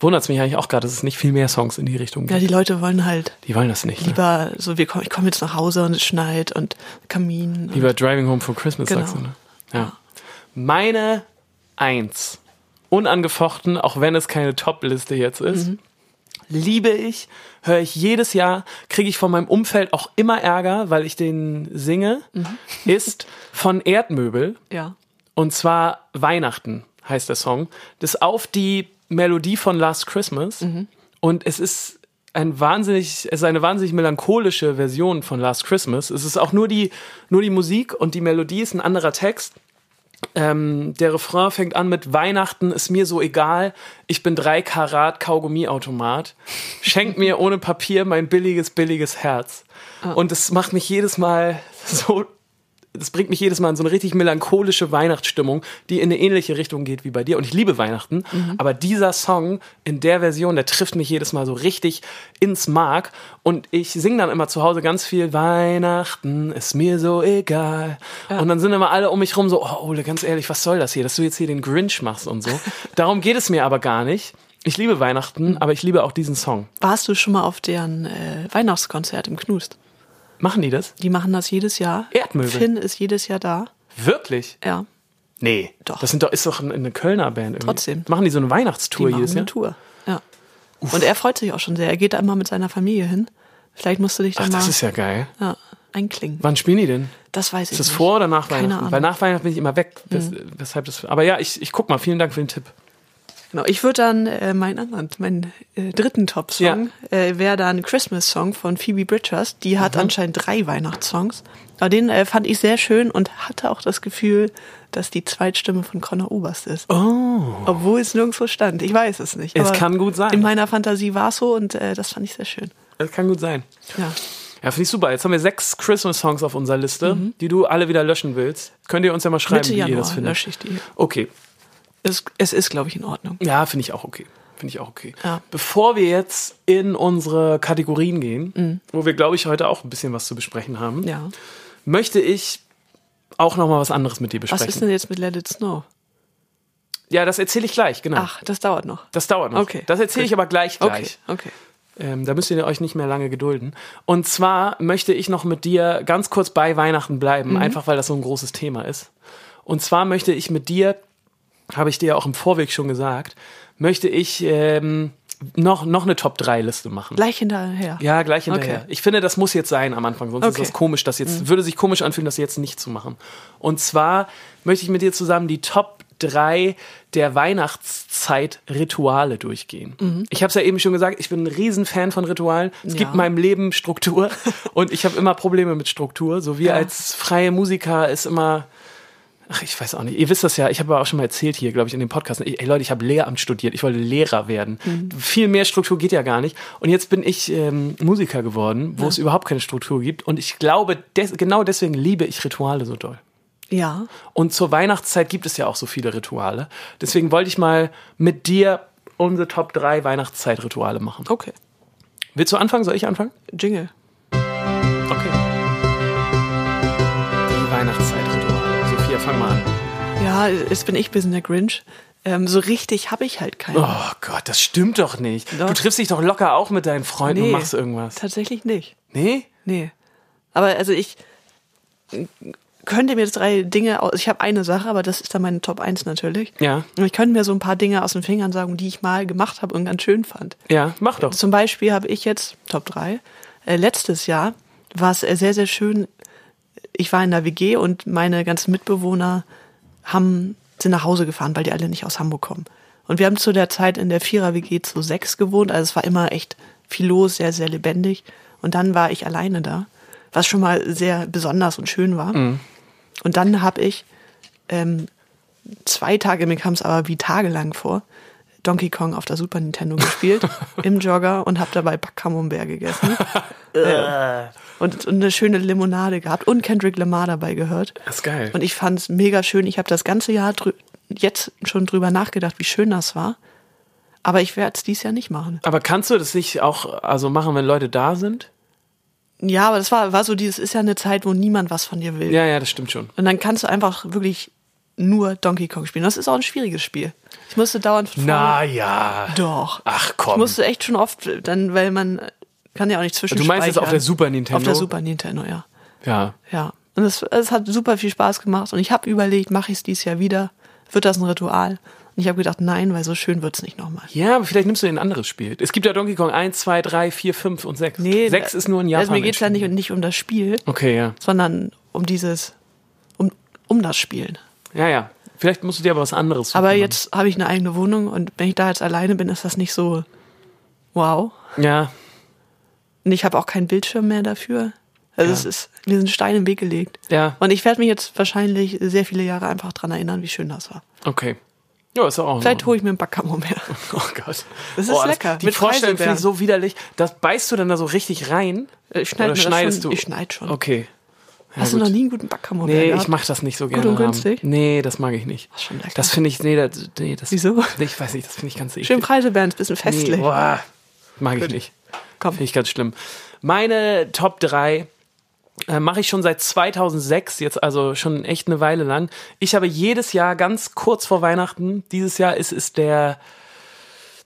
Speaker 2: wundert es mich eigentlich auch gerade, dass es nicht viel mehr Songs in die Richtung gibt.
Speaker 3: Ja, die Leute wollen halt
Speaker 2: Die wollen das nicht. Ne?
Speaker 3: lieber so, wir kommen, ich komme jetzt nach Hause und es schneit und Kamin.
Speaker 2: Lieber Driving Home for Christmas,
Speaker 3: Genau.
Speaker 2: sagst du, ne? Ja. Meine Eins. Unangefochten, auch wenn es keine Top-Liste jetzt ist. Liebe ich, höre ich jedes Jahr, kriege ich von meinem Umfeld auch immer Ärger, weil ich den singe, ist von Erdmöbel.
Speaker 3: ja.
Speaker 2: Und zwar Weihnachten heißt der Song. Das ist auf die Melodie von Last Christmas. Und es ist ein wahnsinnig, es ist eine wahnsinnig melancholische Version von Last Christmas. Es ist auch nur die, nur die Musik und die Melodie ist ein anderer Text. Ähm, der Refrain fängt an mit Weihnachten ist mir so egal. Ich bin drei Karat Kaugummiautomat. Schenk mir ohne Papier mein billiges, billiges Herz. Und das macht mich jedes Mal so, das bringt mich jedes Mal in so eine richtig melancholische Weihnachtsstimmung, die in eine ähnliche Richtung geht wie bei dir. Und ich liebe Weihnachten.
Speaker 3: Mhm.
Speaker 2: Aber dieser Song in der Version, der trifft mich jedes Mal so richtig ins Mark. Und ich singe dann immer zu Hause ganz viel Weihnachten ist mir so egal. Und dann sind immer alle um mich rum so, oh Ole, ganz ehrlich, was soll das hier, dass du jetzt hier den Grinch machst und so. Darum geht es mir aber gar nicht. Ich liebe Weihnachten,
Speaker 3: Mhm.
Speaker 2: aber ich liebe auch diesen Song.
Speaker 3: Warst du schon mal auf deren äh, Weihnachtskonzert im Knust?
Speaker 2: Machen die das?
Speaker 3: Die machen das jedes Jahr.
Speaker 2: Erdmöbel.
Speaker 3: Finn ist jedes Jahr da.
Speaker 2: Wirklich?
Speaker 3: Ja.
Speaker 2: Nee.
Speaker 3: Doch.
Speaker 2: Das sind doch, ist doch ein- eine Kölner Band irgendwie.
Speaker 3: Trotzdem.
Speaker 2: Machen die so eine
Speaker 3: Die
Speaker 2: Weihnachtstour
Speaker 3: machen
Speaker 2: jedes
Speaker 3: eine
Speaker 2: Jahr?
Speaker 3: Tour. Ja. Und er freut sich auch schon sehr. Er geht da immer mit seiner Familie hin. Vielleicht musst du dich da
Speaker 2: Ach,
Speaker 3: mal
Speaker 2: das ist ja geil.
Speaker 3: ja, einklingen.
Speaker 2: Wann spielen die denn?
Speaker 3: Das weiß ich
Speaker 2: Ist das
Speaker 3: nicht.
Speaker 2: vor oder nach Weihnachten?
Speaker 3: Keine Ahnung. Mhm.
Speaker 2: Weil nach Weihnachten bin ich immer weg. Wes Weshalb das, aber ja, ich, ich guck mal. Vielen Dank für den Tipp.
Speaker 3: Genau, ich würde dann äh, meinen anderen, meinen äh, dritten Top-Song, äh, wäre dann Christmas Song von Phoebe Bridgers. Die hat anscheinend drei Weihnachtssongs. Aber den äh, fand ich sehr schön und hatte auch das Gefühl, dass die Zweitstimme von Conor Oberst ist. Obwohl es nirgendwo stand. Ich weiß es nicht.
Speaker 2: Oh. Es kann gut sein.
Speaker 3: In meiner Fantasie war es so und äh, das fand ich sehr schön.
Speaker 2: Das kann gut sein.
Speaker 3: Ja.
Speaker 2: Ja, finde ich super. Jetzt haben wir sechs Christmas-Songs auf unserer Liste, die du alle wieder löschen willst. Könnt ihr uns ja mal schreiben,
Speaker 3: Mhm.
Speaker 2: wie
Speaker 3: Mitte
Speaker 2: ihr
Speaker 3: Januar
Speaker 2: das findet.
Speaker 3: lösche ich die.
Speaker 2: Okay.
Speaker 3: Es, es ist, glaube ich, in Ordnung.
Speaker 2: Ja, finde ich auch okay. Finde ich auch okay.
Speaker 3: Ja.
Speaker 2: Bevor wir jetzt in unsere Kategorien gehen, wo wir, glaube ich, heute auch ein bisschen was zu besprechen haben,
Speaker 3: Mhm. Ja.
Speaker 2: möchte ich auch noch mal was anderes mit dir
Speaker 3: Was
Speaker 2: besprechen.
Speaker 3: ist denn jetzt mit Let It Snow?
Speaker 2: Ja, das erzähle ich gleich, genau.
Speaker 3: Ach, das dauert noch.
Speaker 2: Das dauert noch.
Speaker 3: Okay.
Speaker 2: Das erzähle ich aber gleich gleich.
Speaker 3: Okay, okay.
Speaker 2: Ähm, da müsst ihr euch nicht mehr lange gedulden. Und zwar möchte ich noch mit dir ganz kurz bei Weihnachten bleiben, einfach weil das so ein großes Thema ist. Und zwar möchte ich mit dir, habe ich dir ja auch im Vorweg schon gesagt, möchte ich ähm, noch, noch eine Top-3-Liste machen.
Speaker 3: Gleich hinterher.
Speaker 2: Ja, gleich hinterher.
Speaker 3: Okay.
Speaker 2: Ich finde, das muss jetzt sein am Anfang, sonst
Speaker 3: Okay. Mhm.
Speaker 2: ist das komisch, das jetzt, würde sich komisch anfühlen, das jetzt nicht zu machen. Und zwar möchte ich mit dir zusammen die Top 3 der Weihnachtszeit-Rituale durchgehen.
Speaker 3: Mhm.
Speaker 2: Ich habe es ja eben schon gesagt, ich bin ein Riesenfan von Ritualen. Es
Speaker 3: Ja.
Speaker 2: gibt meinem Leben Struktur und ich habe immer Probleme mit Struktur. So wir
Speaker 3: Ja.
Speaker 2: als freie Musiker ist immer. Ach, ich weiß auch nicht. Ihr wisst das ja, ich habe ja auch schon mal erzählt hier, glaube ich, in dem Podcast. Ich, ey Leute, ich habe Lehramt studiert. Ich wollte Lehrer werden.
Speaker 3: Mhm.
Speaker 2: Viel mehr Struktur geht ja gar nicht. Und jetzt bin ich ähm, Musiker geworden, wo es überhaupt keine Struktur gibt. Und ich glaube, des, genau deswegen liebe ich Rituale so doll.
Speaker 3: Ja.
Speaker 2: Und zur Weihnachtszeit gibt es ja auch so viele Rituale. Deswegen wollte ich mal mit dir unsere Top 3 Weihnachtszeitrituale machen.
Speaker 3: Okay.
Speaker 2: Willst du anfangen? Soll ich anfangen?
Speaker 3: Jingle.
Speaker 2: Okay. Die Weihnachtszeitrituale. Sophia, fang mal an.
Speaker 3: Ja, jetzt bin ich bisschen der Grinch. Ähm, so richtig habe ich halt keinen.
Speaker 2: Oh Gott, das stimmt doch nicht.
Speaker 3: Doch.
Speaker 2: Du triffst dich doch locker auch mit deinen Freunden und machst irgendwas.
Speaker 3: Tatsächlich nicht.
Speaker 2: Nee?
Speaker 3: Nee. Aber also ich äh, könnte mir jetzt drei Dinge, aus, ich habe eine Sache, aber das ist dann meine Top 1 natürlich.
Speaker 2: Ja.
Speaker 3: Und ich könnte mir so ein paar Dinge aus den Fingern sagen, die ich mal gemacht habe und ganz schön fand.
Speaker 2: Ja, mach doch.
Speaker 3: Zum Beispiel habe ich jetzt, Top 3, äh, letztes Jahr war es äh, sehr, sehr schön. Ich war in der WG und meine ganzen Mitbewohner haben, sind nach Hause gefahren, weil die alle nicht aus Hamburg kommen. Und wir haben zu der Zeit in der Vierer-WG zu sechs gewohnt. Also es war immer echt viel los, sehr, sehr lebendig. Und dann war ich alleine da, was schon mal sehr besonders und schön war. Und dann habe ich ähm, zwei Tage, mir kam es aber wie tagelang vor, Donkey Kong auf der Super Nintendo gespielt, im Jogger und habe dabei Backcamembert gegessen. Äh, und, und eine schöne Limonade gehabt und Kendrick Lamar dabei gehört.
Speaker 2: Das ist geil.
Speaker 3: Und ich fand es mega schön. Ich habe das ganze Jahr drü jetzt schon drüber nachgedacht, wie schön das war. Aber ich werde es dieses Jahr nicht machen.
Speaker 2: Aber kannst du das nicht auch also machen, wenn Leute da sind?
Speaker 3: Ja, aber das war, war so dieses, ist ja eine Zeit, wo niemand was von dir will.
Speaker 2: Ja, ja, das stimmt schon.
Speaker 3: Und dann kannst du einfach wirklich nur Donkey Kong spielen. Das ist auch ein schwieriges Spiel. Ich musste dauernd von vorne-
Speaker 2: ja.
Speaker 3: Doch.
Speaker 2: Ach komm.
Speaker 3: Ich musste echt schon oft dann, weil man kann ja auch nicht
Speaker 2: Du
Speaker 3: zwischen.
Speaker 2: meinst jetzt auf der Super Nintendo?
Speaker 3: Auf der Super Nintendo, ja.
Speaker 2: Ja.
Speaker 3: Ja. Und es, es hat super viel Spaß gemacht und ich habe überlegt, mache ich es dieses Jahr wieder? Wird das ein Ritual? Und ich habe gedacht, nein, weil so schön wird's nicht nochmal.
Speaker 2: Ja, aber vielleicht nimmst du dir ein anderes Spiel. Es gibt ja Donkey Kong 1, 2, 3, 4, 5 und 6. 6
Speaker 3: da-
Speaker 2: ist nur in Japan.
Speaker 3: Also mir geht's ja
Speaker 2: entschieden.
Speaker 3: nicht, nicht um das Spiel,
Speaker 2: Okay, ja.
Speaker 3: sondern um dieses, um, um das Spielen.
Speaker 2: Ja, ja. Vielleicht musst du dir aber was anderes suchen.
Speaker 3: Aber jetzt habe ich eine eigene Wohnung und wenn ich da jetzt alleine bin, ist das nicht so wow.
Speaker 2: Ja.
Speaker 3: Und ich habe auch keinen Bildschirm mehr dafür. Also es ist, mir sind Steine im Weg gelegt.
Speaker 2: Ja.
Speaker 3: Und ich werde mich jetzt wahrscheinlich sehr viele Jahre einfach dran erinnern, wie schön das war.
Speaker 2: Okay. Ja, ist doch auch. in
Speaker 3: Vielleicht hole ich mir einen Backkammer mehr.
Speaker 2: Ordnung. Oh Gott.
Speaker 3: Das ist
Speaker 2: oh,
Speaker 3: lecker,
Speaker 2: die
Speaker 3: mit
Speaker 2: Vorstellung finde
Speaker 3: Preiselbeeren.
Speaker 2: ich so widerlich. Das beißt du dann da so richtig rein.
Speaker 3: Ich
Speaker 2: Oder
Speaker 3: schneid mir Äh, das
Speaker 2: schneidest
Speaker 3: schon.
Speaker 2: du?
Speaker 3: Ich schneid schon.
Speaker 2: Okay. Ja,
Speaker 3: Hast
Speaker 2: gut.
Speaker 3: du noch nie einen guten Backkammer mehr
Speaker 2: Nee,
Speaker 3: gehabt?
Speaker 2: ich mach das nicht so gerne.
Speaker 3: und
Speaker 2: haben.
Speaker 3: günstig?
Speaker 2: Nee, das mag ich nicht.
Speaker 3: schon lecker.
Speaker 2: Das finde ich, nee, das, nee, das.
Speaker 3: Wieso?
Speaker 2: Nee, ich weiß nicht, das finde ich ganz eklig.
Speaker 3: Schön Preiselbeeren, ist ein bisschen
Speaker 2: nee,
Speaker 3: festlich.
Speaker 2: boah, Mag ich nicht.
Speaker 3: Komm.
Speaker 2: Finde ich ganz schlimm. Meine Top 3 äh, mache ich schon seit 2006, jetzt also schon echt eine Weile lang. Ich habe jedes Jahr ganz kurz vor Weihnachten, dieses Jahr ist es der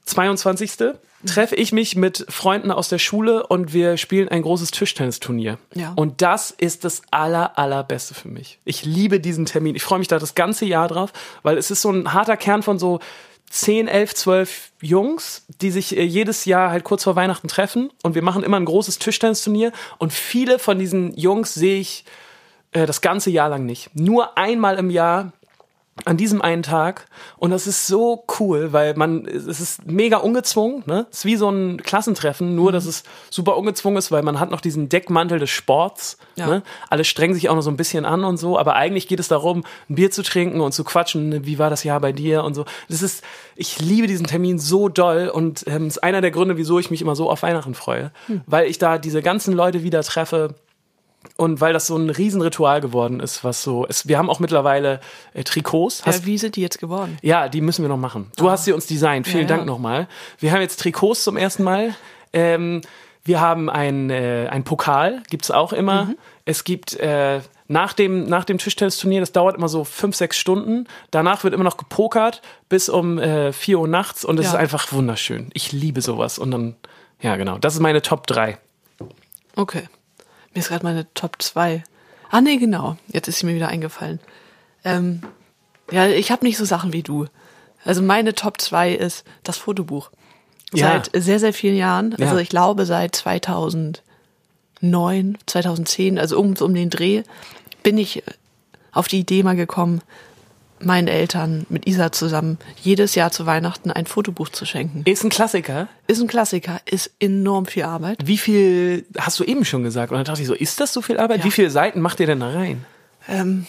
Speaker 2: 22. treffe ich mich mit Freunden aus der Schule und wir spielen ein großes Tischtennisturnier.
Speaker 3: Ja.
Speaker 2: Und das ist das aller, allerbeste für mich. Ich liebe diesen Termin. Ich freue mich da das ganze Jahr drauf, weil es ist so ein harter Kern von so 10, 11, 12 Jungs, die sich äh, jedes Jahr halt kurz vor Weihnachten treffen und wir machen immer ein großes Tischtennisturnier und viele von diesen Jungs sehe ich äh, das ganze Jahr lang nicht. Nur einmal im Jahr an diesem einen Tag und das ist so cool, weil man es ist mega ungezwungen, ne? Es ist wie so ein Klassentreffen, nur dass es super ungezwungen ist, weil man hat noch diesen Deckmantel des Sports,
Speaker 3: Ja.
Speaker 2: ne? Alle strengen sich auch noch so ein bisschen an und so, aber eigentlich geht es darum, ein Bier zu trinken und zu quatschen, ne? wie war das Jahr bei dir und so. Das ist ich liebe diesen Termin so doll und ähm, ist einer der Gründe, wieso ich mich immer so auf Weihnachten freue, weil ich da diese ganzen Leute wieder treffe, und weil das so ein Riesenritual geworden ist, was so ist. Wir haben auch mittlerweile äh, Trikots. Hast,
Speaker 3: ja, wie sind die jetzt geworden?
Speaker 2: ja, die müssen wir noch machen. Du hast sie uns designt. Vielen
Speaker 3: Ja,
Speaker 2: Dank
Speaker 3: ja.
Speaker 2: nochmal. Wir haben jetzt Trikots zum ersten Mal. Ähm, wir haben ein, äh, ein Pokal, gibt's auch immer.
Speaker 3: Mhm.
Speaker 2: Es gibt äh, nach dem, nach dem Tischtennisturnier, das dauert immer so fünf, sechs Stunden. Danach wird immer noch gepokert bis um äh, 4 Uhr nachts und es
Speaker 3: Ja.
Speaker 2: ist einfach wunderschön. Ich liebe sowas. Und dann, ja, genau. Das ist meine Top 3.
Speaker 3: Okay. Mir ist gerade meine Top 2. Ah, nee, genau. Jetzt ist sie mir wieder eingefallen. Ähm, ja, ich habe nicht so Sachen wie du. Also meine Top 2 ist das Fotobuch.
Speaker 2: Ja.
Speaker 3: Seit sehr, sehr vielen Jahren. Also
Speaker 2: Ja.
Speaker 3: ich glaube seit 2009, 2010, also um, um den Dreh, bin ich auf die Idee mal gekommen, meinen Eltern mit Isa zusammen jedes Jahr zu Weihnachten ein Fotobuch zu schenken.
Speaker 2: Ist ein Klassiker.
Speaker 3: Ist ein Klassiker, ist enorm viel Arbeit.
Speaker 2: Wie viel hast du eben schon gesagt? Und dann dachte ich so, ist das so viel Arbeit?
Speaker 3: Ja.
Speaker 2: Wie viele Seiten macht ihr denn da rein?
Speaker 3: Ähm,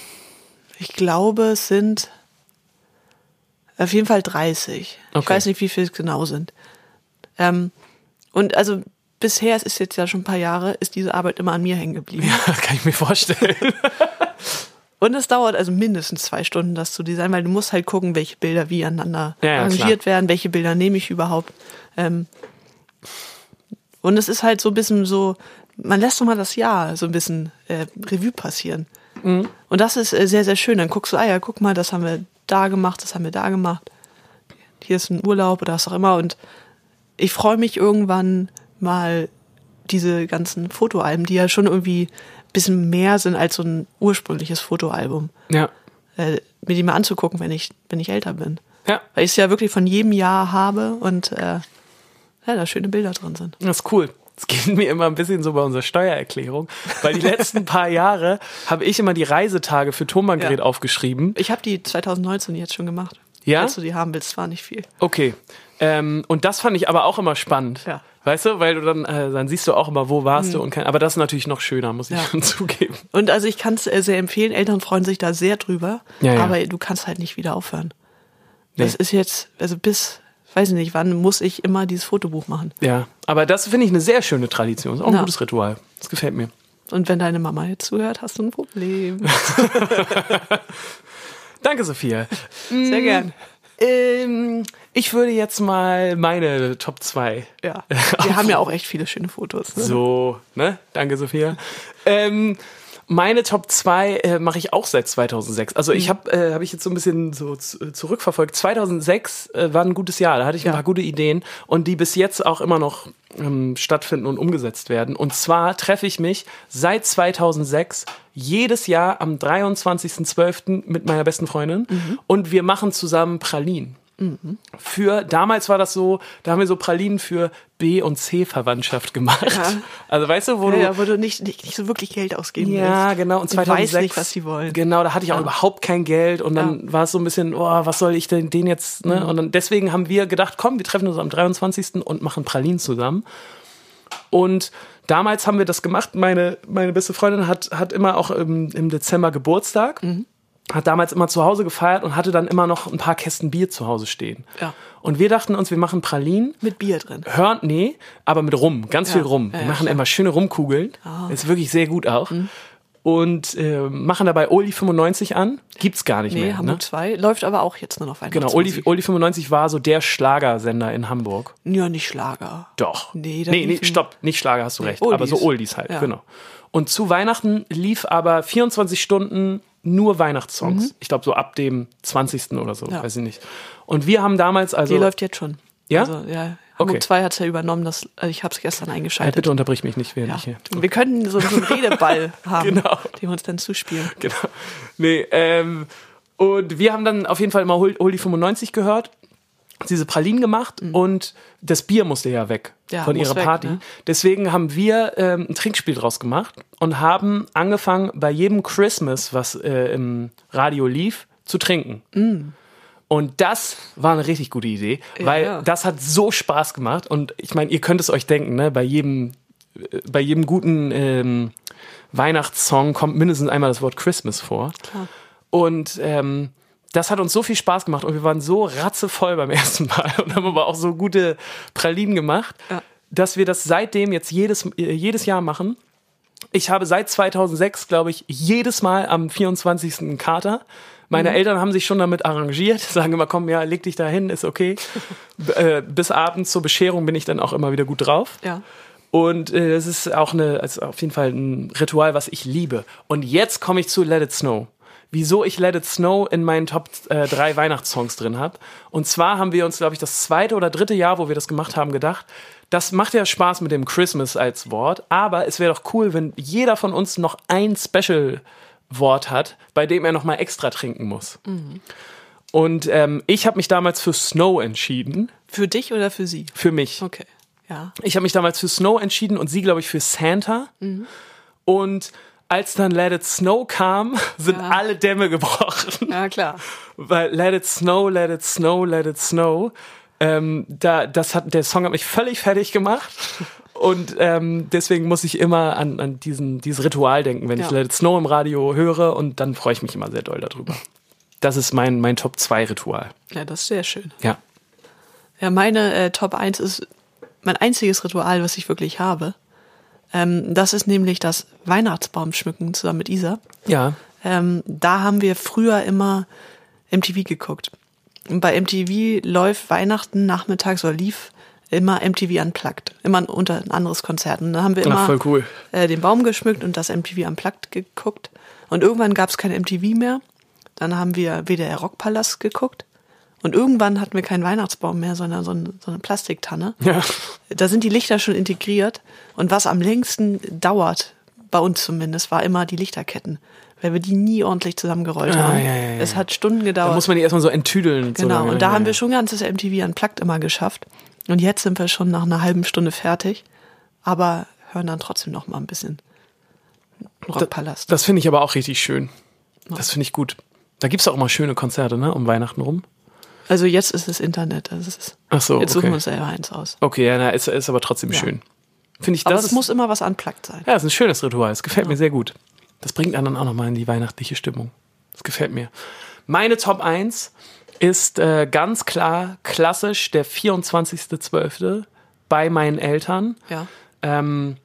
Speaker 3: ich glaube, es sind auf jeden Fall 30. Ich
Speaker 2: Okay.
Speaker 3: weiß nicht, wie viel es genau sind. Ähm, und also bisher, es ist jetzt ja schon ein paar Jahre, ist diese Arbeit immer an mir hängen geblieben.
Speaker 2: Das kann ich mir vorstellen.
Speaker 3: Und es dauert also mindestens zwei Stunden, das zu designen, weil du musst halt gucken, welche Bilder wie aneinander
Speaker 2: Ja, ja,
Speaker 3: arrangiert werden, welche Bilder nehme ich überhaupt. Ähm, und es ist halt so ein bisschen so, man lässt doch mal das Jahr so ein bisschen äh, Revue passieren.
Speaker 2: Mhm.
Speaker 3: Und das ist äh, sehr, sehr schön. Dann guckst du, ah ja, guck mal, das haben wir da gemacht, das haben wir da gemacht. Hier ist ein Urlaub oder was auch immer. Und ich freue mich irgendwann mal diese ganzen Fotoalben, die ja schon irgendwie ein bisschen mehr sind als so ein ursprüngliches Fotoalbum,
Speaker 2: Ja.
Speaker 3: äh, mir die mal anzugucken, wenn ich, wenn ich älter bin.
Speaker 2: Ja,
Speaker 3: Weil ich es ja wirklich von jedem Jahr habe und äh, ja, da schöne Bilder drin sind.
Speaker 2: das ist cool. Das geht mir immer ein bisschen so bei unserer Steuererklärung, weil die letzten paar Jahre habe ich immer die Reisetage für Tonbandgerät
Speaker 3: Ja.
Speaker 2: aufgeschrieben.
Speaker 3: Ich habe die 2019 jetzt schon gemacht.
Speaker 2: Ja?
Speaker 3: Als du die haben willst, war nicht viel.
Speaker 2: Okay. Ähm, und das fand ich aber auch immer spannend.
Speaker 3: Ja. Mhm.
Speaker 2: Weißt du, weil du dann, äh, dann siehst du auch immer, wo warst du und kein, aber das ist natürlich noch schöner, muss ich
Speaker 3: Ja.
Speaker 2: schon zugeben.
Speaker 3: Und also ich kann es äh, sehr empfehlen. Eltern freuen sich da sehr drüber.
Speaker 2: Ja, ja.
Speaker 3: Aber du kannst halt nicht wieder aufhören.
Speaker 2: Nee.
Speaker 3: Das ist jetzt, also bis, weiß ich nicht, wann muss ich immer dieses Fotobuch machen.
Speaker 2: Ja. Aber das finde ich eine sehr schöne Tradition. Ist auch ein
Speaker 3: Ja.
Speaker 2: gutes Ritual. Das gefällt mir.
Speaker 3: Und wenn deine Mama jetzt zuhört, hast du ein Problem.
Speaker 2: Danke, Sophia.
Speaker 3: Sehr gern.
Speaker 2: Ähm, ich würde jetzt mal meine Top 2.
Speaker 3: Ja. Wir haben ja auch echt viele schöne Fotos. Ne?
Speaker 2: So, ne? Danke, Sophia. Ähm, meine Top 2 äh, mache ich auch seit 2006. Also ich habe äh, hab ich jetzt so ein bisschen so z- zurückverfolgt. 2006 äh, war ein gutes Jahr. Da hatte ich ein
Speaker 3: Ja.
Speaker 2: paar gute Ideen und die bis jetzt auch immer noch ähm, stattfinden und umgesetzt werden. Und zwar treffe ich mich seit 2006 jedes Jahr am 23.12. mit meiner besten Freundin und wir machen zusammen Pralinen für, damals war das so, da haben wir so Pralinen für B- und C-Verwandtschaft gemacht.
Speaker 3: Ja.
Speaker 2: Also weißt du, wo
Speaker 3: Ja,
Speaker 2: du.
Speaker 3: ja, wo du nicht, nicht, nicht so wirklich Geld ausgeben
Speaker 2: Ja,
Speaker 3: willst.
Speaker 2: genau. Und
Speaker 3: ich
Speaker 2: 2006,
Speaker 3: weiß nicht, was sie wollen.
Speaker 2: Genau, da hatte ich auch überhaupt kein Geld und dann war es so ein bisschen, oh, was soll ich denn den jetzt,
Speaker 3: Mhm.
Speaker 2: ne? Und dann, deswegen haben wir gedacht, komm, wir treffen uns am 23. und machen Pralinen zusammen. Und damals haben wir das gemacht. Meine, meine beste Freundin hat, hat immer auch im, im Dezember Geburtstag.
Speaker 3: Mhm.
Speaker 2: Hat damals immer zu Hause gefeiert und hatte dann immer noch ein paar Kästen Bier zu Hause stehen.
Speaker 3: Ja.
Speaker 2: Und wir dachten uns, wir machen Pralinen
Speaker 3: Mit Bier drin.
Speaker 2: Hören, nee, aber mit Rum, ganz
Speaker 3: Ja,
Speaker 2: viel Rum. Wir
Speaker 3: ja, ja,
Speaker 2: machen
Speaker 3: klar. Oh. Mhm.
Speaker 2: immer schöne Rumkugeln. Ist wirklich sehr gut auch. Und äh, machen dabei Oli 95 an. Gibt's gar nicht
Speaker 3: Nee,
Speaker 2: mehr.
Speaker 3: Hamburg
Speaker 2: Ne?
Speaker 3: 2. Läuft aber auch jetzt nur noch
Speaker 2: Genau, Oli,
Speaker 3: Weihnachtsmusik.
Speaker 2: Oli 95 war so der Schlagersender in Hamburg.
Speaker 3: Ja, nicht Schlager.
Speaker 2: Doch.
Speaker 3: Nee, da
Speaker 2: nee, nee
Speaker 3: liefen-
Speaker 2: stopp, nicht Schlager, hast du recht. Aber
Speaker 3: Oldies.
Speaker 2: so Oldies halt,
Speaker 3: Ja.
Speaker 2: genau. Und zu Weihnachten lief aber 24 Stunden nur Weihnachtssongs. Ich glaube, so ab dem 20. oder so,
Speaker 3: Mhm. Ja.
Speaker 2: weiß ich nicht. Und wir haben damals also.
Speaker 3: Die läuft jetzt schon.
Speaker 2: Ja?
Speaker 3: Also, ja.
Speaker 2: Okay.
Speaker 3: Hamburg 2 hat's ja übernommen. Das, also ich habe es gestern
Speaker 2: Ey,
Speaker 3: eingeschaltet.
Speaker 2: Äh, bitte unterbrich mich nicht, während
Speaker 3: ja.
Speaker 2: ich hier.
Speaker 3: Wir könnten so, so einen Redeball haben,
Speaker 2: Genau.
Speaker 3: den wir uns dann zuspielen.
Speaker 2: genau. Nee, ähm, und wir haben dann auf jeden Fall immer Hol, Hol die 95 gehört, diese Pralinen gemacht und das Bier musste ja weg
Speaker 3: Mhm. Ja,
Speaker 2: von
Speaker 3: muss
Speaker 2: ihrer
Speaker 3: weg,
Speaker 2: Party.
Speaker 3: ne?
Speaker 2: Deswegen haben wir ähm, ein Trinkspiel draus gemacht und haben angefangen, bei jedem Christmas, was äh, im Radio lief, zu trinken. Und das war eine richtig gute Idee, weil
Speaker 3: Mhm. ja.
Speaker 2: das hat so Spaß gemacht. Und ich meine, ihr könnt es euch denken, ne? bei jedem, äh, bei jedem guten ähm, Weihnachtssong kommt mindestens einmal das Wort Christmas vor. Und ähm, das hat uns so viel Spaß gemacht und wir waren so ratzevoll beim ersten Mal und haben aber auch so gute Pralinen gemacht,
Speaker 3: Ja.
Speaker 2: dass wir das seitdem jetzt jedes, äh, jedes Jahr machen. Ich habe seit 2006, glaube ich, jedes Mal am 24. einen Kater. Meine
Speaker 3: Mhm.
Speaker 2: Eltern haben sich schon damit arrangiert, sagen immer, komm, ja, leg dich da hin, ist okay. B äh, bis abends zur Bescherung bin ich dann auch immer wieder gut drauf.
Speaker 3: Ja.
Speaker 2: Und äh, das ist auch eine, also auf jeden Fall ein Ritual, was ich liebe. Und jetzt komme ich zu Let It Snow. Wieso ich Let It Snow in meinen Top äh, drei Weihnachtssongs drin habe. Und zwar haben wir uns, glaube ich, das zweite oder dritte Jahr, wo wir das gemacht haben, gedacht, das macht ja Spaß mit dem Christmas als Wort, aber es wäre doch cool, wenn jeder von uns noch ein Special-Wort hat, bei dem er nochmal extra trinken muss. Und ähm, ich habe mich damals für Snow entschieden,
Speaker 3: Für dich oder für sie?
Speaker 2: für mich.
Speaker 3: Okay. Ja.
Speaker 2: Ich habe mich damals für Snow entschieden und sie, glaube ich, für Santa. Und als dann Let It Snow kam, sind
Speaker 3: Ja.
Speaker 2: alle Dämme gebrochen.
Speaker 3: Ja, klar.
Speaker 2: Weil Let It Snow, Let It Snow, Let It Snow. Ähm, da, das hat, der Song hat mich völlig fertig gemacht. Und ähm, deswegen muss ich immer an, an diesen, dieses Ritual denken, wenn
Speaker 3: Ja.
Speaker 2: ich Let It Snow im Radio höre. Und dann freue ich mich immer sehr doll darüber. Das ist mein, mein Top-2-Ritual.
Speaker 3: Ja, das ist sehr schön.
Speaker 2: Ja.
Speaker 3: Ja, meine äh, Top 1 ist mein einziges Ritual, was ich wirklich habe. Ähm, das ist nämlich das Weihnachtsbaumschmücken zusammen mit Isa.
Speaker 2: Ja.
Speaker 3: Ähm, da haben wir früher immer MTV geguckt. Und bei MTV läuft Weihnachten nachmittags oder lief immer MTV unplugged. Immer ein, unter, ein anderes Konzert. Und da haben wir
Speaker 2: Ach,
Speaker 3: immer
Speaker 2: voll cool.
Speaker 3: äh, den Baum geschmückt und das MTV unplugged geguckt. Und irgendwann gab es kein MTV mehr. Dann haben wir WDR Rockpalast geguckt. Und irgendwann hatten wir keinen Weihnachtsbaum mehr, sondern so, ein, so eine Plastiktanne
Speaker 2: Ja.
Speaker 3: da sind die Lichter schon integriert. Und was am längsten dauert, bei uns zumindest, war immer die Lichterketten, weil wir die nie ordentlich zusammengerollt
Speaker 2: Ah,
Speaker 3: haben.
Speaker 2: ja, ja, ja.
Speaker 3: Es hat Stunden
Speaker 2: Da
Speaker 3: gedauert.
Speaker 2: muss man die erstmal so enttüdeln. so
Speaker 3: genau.
Speaker 2: lange.
Speaker 3: und da
Speaker 2: Ja,
Speaker 3: haben
Speaker 2: ja.
Speaker 3: wir schon ganzes MTV Unplugged immer geschafft. Und jetzt sind wir schon nach einer halben Stunde fertig, aber hören dann trotzdem noch mal ein bisschen Rockpalast.
Speaker 2: Das finde ich aber auch richtig schön. Das finde ich gut. Da gibt es auch immer schöne Konzerte, ne? Um Weihnachten rum.
Speaker 3: also jetzt ist es Internet. Also es ist,
Speaker 2: Ach so,
Speaker 3: jetzt suchen
Speaker 2: Oh, okay.
Speaker 3: wir uns selber eins aus.
Speaker 2: Okay, ja, na, ist, ist aber trotzdem
Speaker 3: Ja.
Speaker 2: schön. Finde ich,
Speaker 3: Aber
Speaker 2: das
Speaker 3: es
Speaker 2: ist,
Speaker 3: muss immer was unplugged sein.
Speaker 2: ja, ist ein schönes Ritual. Es gefällt mir sehr gut. Das bringt einen dann auch nochmal in die weihnachtliche Stimmung. Das gefällt mir. Meine Top 1 ist äh, ganz klar klassisch der 24.12. bei meinen Eltern.
Speaker 3: Ja.
Speaker 2: Ähm,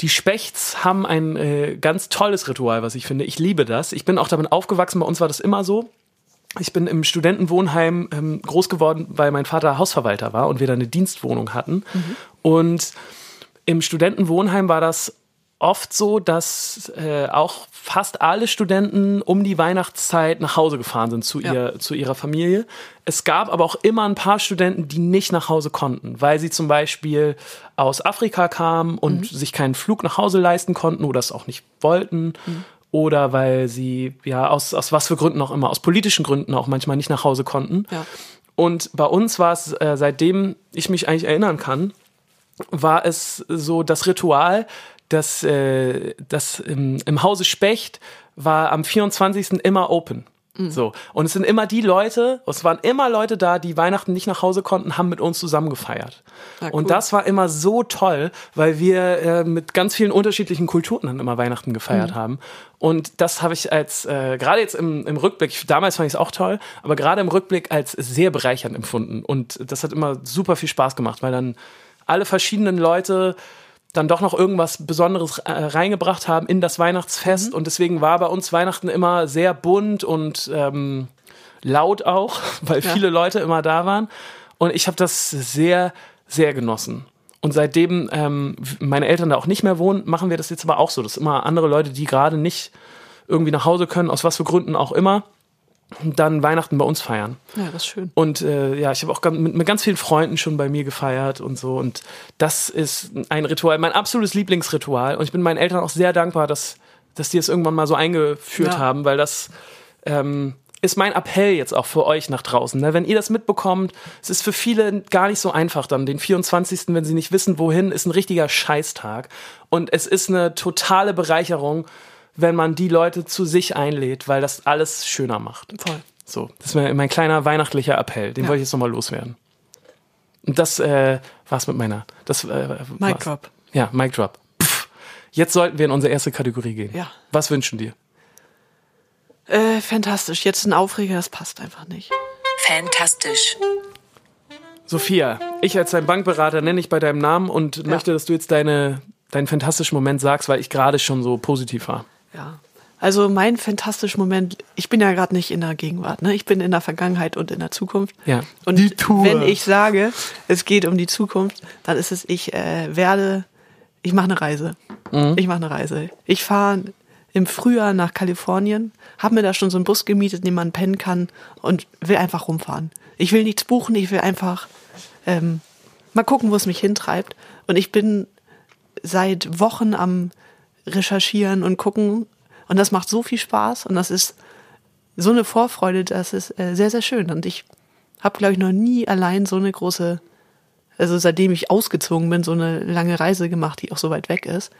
Speaker 2: die Spechts haben ein äh, ganz tolles Ritual, was ich finde. Ich liebe das. Ich bin auch damit aufgewachsen. Bei uns war das immer so. Ich bin im Studentenwohnheim ähm, groß geworden, weil mein Vater Hausverwalter war und wir da eine Dienstwohnung hatten. Und im Studentenwohnheim war das oft so, dass äh, auch fast alle Studenten um die Weihnachtszeit nach Hause gefahren sind zu,
Speaker 3: Ja.
Speaker 2: ihr, zu ihrer Familie. Es gab aber auch immer ein paar Studenten, die nicht nach Hause konnten, weil sie zum Beispiel aus Afrika kamen und
Speaker 3: Mhm.
Speaker 2: sich keinen Flug nach Hause leisten konnten oder es auch nicht wollten.
Speaker 3: Mhm.
Speaker 2: Oder weil sie, ja, aus, aus was für Gründen auch immer, aus politischen Gründen auch manchmal nicht nach Hause konnten.
Speaker 3: Ja.
Speaker 2: Und bei uns war es, äh, seitdem ich mich eigentlich erinnern kann, war es so das Ritual, dass äh, das im, im Hause Specht war am 24. immer open.
Speaker 3: Mhm.
Speaker 2: So. Und es sind immer die Leute, es waren immer Leute da, die Weihnachten nicht nach Hause konnten, haben mit uns zusammen gefeiert.
Speaker 3: Ja, cool.
Speaker 2: Und das war immer so toll, weil wir äh, mit ganz vielen unterschiedlichen Kulturen dann immer Weihnachten gefeiert haben. Und das habe ich als, äh, gerade jetzt im, im Rückblick, ich- damals fand ich es auch toll, aber gerade im Rückblick als sehr bereichernd empfunden. Und das hat immer super viel Spaß gemacht, weil dann alle verschiedenen Leute dann doch noch irgendwas Besonderes äh, reingebracht haben in das Weihnachtsfest. Und deswegen war bei uns Weihnachten immer sehr bunt und ähm, laut auch, weil
Speaker 3: Ja.
Speaker 2: viele Leute immer da waren. Und ich habe das sehr, sehr genossen. Und seitdem ähm, meine Eltern da auch nicht mehr wohnen, machen wir das jetzt aber auch so. Das sind immer andere Leute, die gerade nicht irgendwie nach Hause können, aus was für Gründen auch immer, dann Weihnachten bei uns feiern.
Speaker 3: Ja, das ist schön.
Speaker 2: Und äh, ja, ich habe auch ganz, mit, mit ganz vielen Freunden schon bei mir gefeiert und so. Und das ist ein Ritual, mein absolutes Lieblingsritual. Und ich bin meinen Eltern auch sehr dankbar, dass, dass die es irgendwann mal so eingeführt
Speaker 3: Ja.
Speaker 2: haben, weil das ähm, ist mein Appell jetzt auch für euch nach draußen. Ne? Wenn ihr das mitbekommt, es ist für viele gar nicht so einfach dann. Den 24., wenn sie nicht wissen, wohin, ist ein richtiger Scheißtag. Und es ist eine totale Bereicherung, wenn man die Leute zu sich einlädt, weil das alles schöner macht.
Speaker 3: Voll.
Speaker 2: So, das ist mein, mein kleiner weihnachtlicher Appell. Den wollte ich jetzt nochmal loswerden. Und das äh, war's mit meiner. Das, äh,
Speaker 3: Mic
Speaker 2: war's.
Speaker 3: drop.
Speaker 2: Ja, Mic Drop. Pff. Jetzt sollten wir in unsere erste Kategorie gehen.
Speaker 3: Ja.
Speaker 2: Was wünschen dir?
Speaker 3: Äh, fantastisch. Jetzt ein Aufreger, das passt einfach nicht.
Speaker 1: Fantastisch.
Speaker 2: Sophia, ich als dein Bankberater nenne dich bei deinem Namen und möchte, dass du jetzt deine, deinen fantastischen Moment sagst, weil ich gerade schon so positiv war.
Speaker 3: Ja. Also mein fantastischer Moment, ich bin ja gerade nicht in der Gegenwart, ne? Ich bin in der Vergangenheit und in der Zukunft.
Speaker 2: Ja.
Speaker 3: Und
Speaker 2: Die Tour.
Speaker 3: wenn ich sage, es geht um die Zukunft, dann ist es, ich äh, werde, ich mache eine Reise.
Speaker 2: Mhm.
Speaker 3: Ich mache eine Reise. Ich fahre im Frühjahr nach Kalifornien, habe mir da schon so einen Bus gemietet, den man pennen kann und will einfach rumfahren. Ich will nichts buchen, ich will einfach ähm, mal gucken, wo es mich hintreibt. Und ich bin seit Wochen am Recherchieren und gucken. Und das macht so viel Spaß und das ist so eine Vorfreude, das ist äh, sehr, sehr schön. Und ich habe, glaube ich, noch nie allein so eine große, also seitdem ich ausgezogen bin, so eine lange Reise gemacht, die auch so weit weg ist.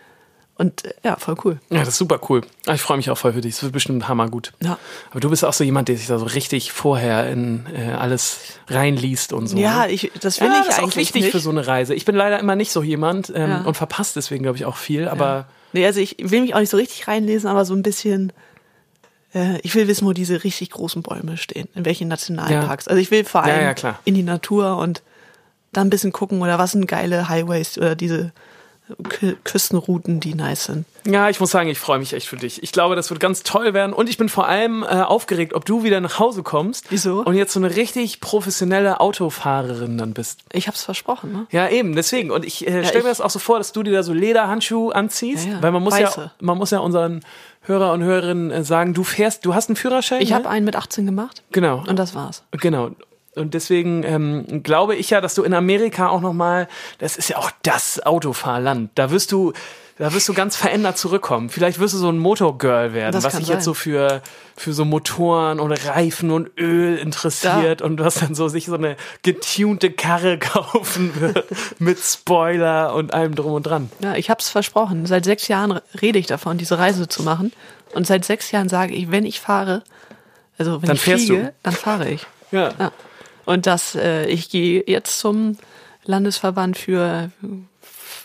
Speaker 3: Und äh, ja, voll cool.
Speaker 2: Ja, das ist super cool. Ah, Ich freue mich auch voll für dich. Es wird bestimmt hammergut.
Speaker 3: Ja.
Speaker 2: Aber du bist auch so jemand, der sich da so richtig vorher in äh, alles reinliest und so.
Speaker 3: Mhm. Ja,
Speaker 2: ne?
Speaker 3: ich, das will
Speaker 2: ja,
Speaker 3: ich
Speaker 2: das ist
Speaker 3: eigentlich
Speaker 2: auch wichtig
Speaker 3: nicht.
Speaker 2: für so eine Reise. Ich bin leider immer nicht so jemand ähm,
Speaker 3: Ja.
Speaker 2: und verpasse deswegen, glaube ich, auch viel. Aber
Speaker 3: Nee, also ich will mich auch nicht so richtig reinlesen, aber so ein bisschen. äh, Ich will wissen, wo diese richtig großen Bäume stehen, in welchen Nationalparks. Also ich will vor
Speaker 2: Ja,
Speaker 3: allem
Speaker 2: ja, klar.
Speaker 3: in die Natur und da ein bisschen gucken, oder was sind geile Highways oder diese Kü- Küstenrouten, die nice sind.
Speaker 2: ja, ich muss sagen, ich freue mich echt für dich. Ich glaube, das wird ganz toll werden. Und ich bin vor allem äh, aufgeregt, ob du wieder nach Hause kommst.
Speaker 3: Wieso?
Speaker 2: Und jetzt so eine richtig professionelle Autofahrerin dann bist.
Speaker 3: Ich hab's versprochen, ne?
Speaker 2: Ja, eben, deswegen. Und ich äh,
Speaker 3: Ja,
Speaker 2: stelle mir
Speaker 3: ich-
Speaker 2: das auch so vor, dass du dir da so Lederhandschuhe anziehst,
Speaker 3: Ja, ja.
Speaker 2: weil man muss ja,
Speaker 3: Weiße.
Speaker 2: man muss ja unseren Hörer und Hörerinnen äh, sagen, du fährst, du hast einen Führerschein.
Speaker 3: Ich
Speaker 2: ne?
Speaker 3: habe einen mit 18 gemacht
Speaker 2: genau.
Speaker 3: und das war's.
Speaker 2: Genau. Und deswegen ähm, glaube ich ja, dass du in Amerika auch nochmal, das ist ja auch das Autofahrland. Da wirst du, da wirst du ganz verändert zurückkommen. Vielleicht wirst du so ein Motorgirl werden,
Speaker 3: Das
Speaker 2: was
Speaker 3: kann
Speaker 2: dich
Speaker 3: sein.
Speaker 2: jetzt so für, für so Motoren und Reifen und Öl interessiert und was dann so sich so eine getunte Karre kaufen wird mit Spoiler und allem drum und dran.
Speaker 3: Ja, ich hab's versprochen. Seit sechs Jahren re- rede ich davon, diese Reise zu machen. Und seit sechs Jahren sage ich, wenn ich fahre, also wenn
Speaker 2: Dann
Speaker 3: ich
Speaker 2: fährst
Speaker 3: fliege,
Speaker 2: du.
Speaker 3: dann fahre ich.
Speaker 2: Ja.
Speaker 3: Ja. Und das, äh, ich gehe jetzt zum Landesverband für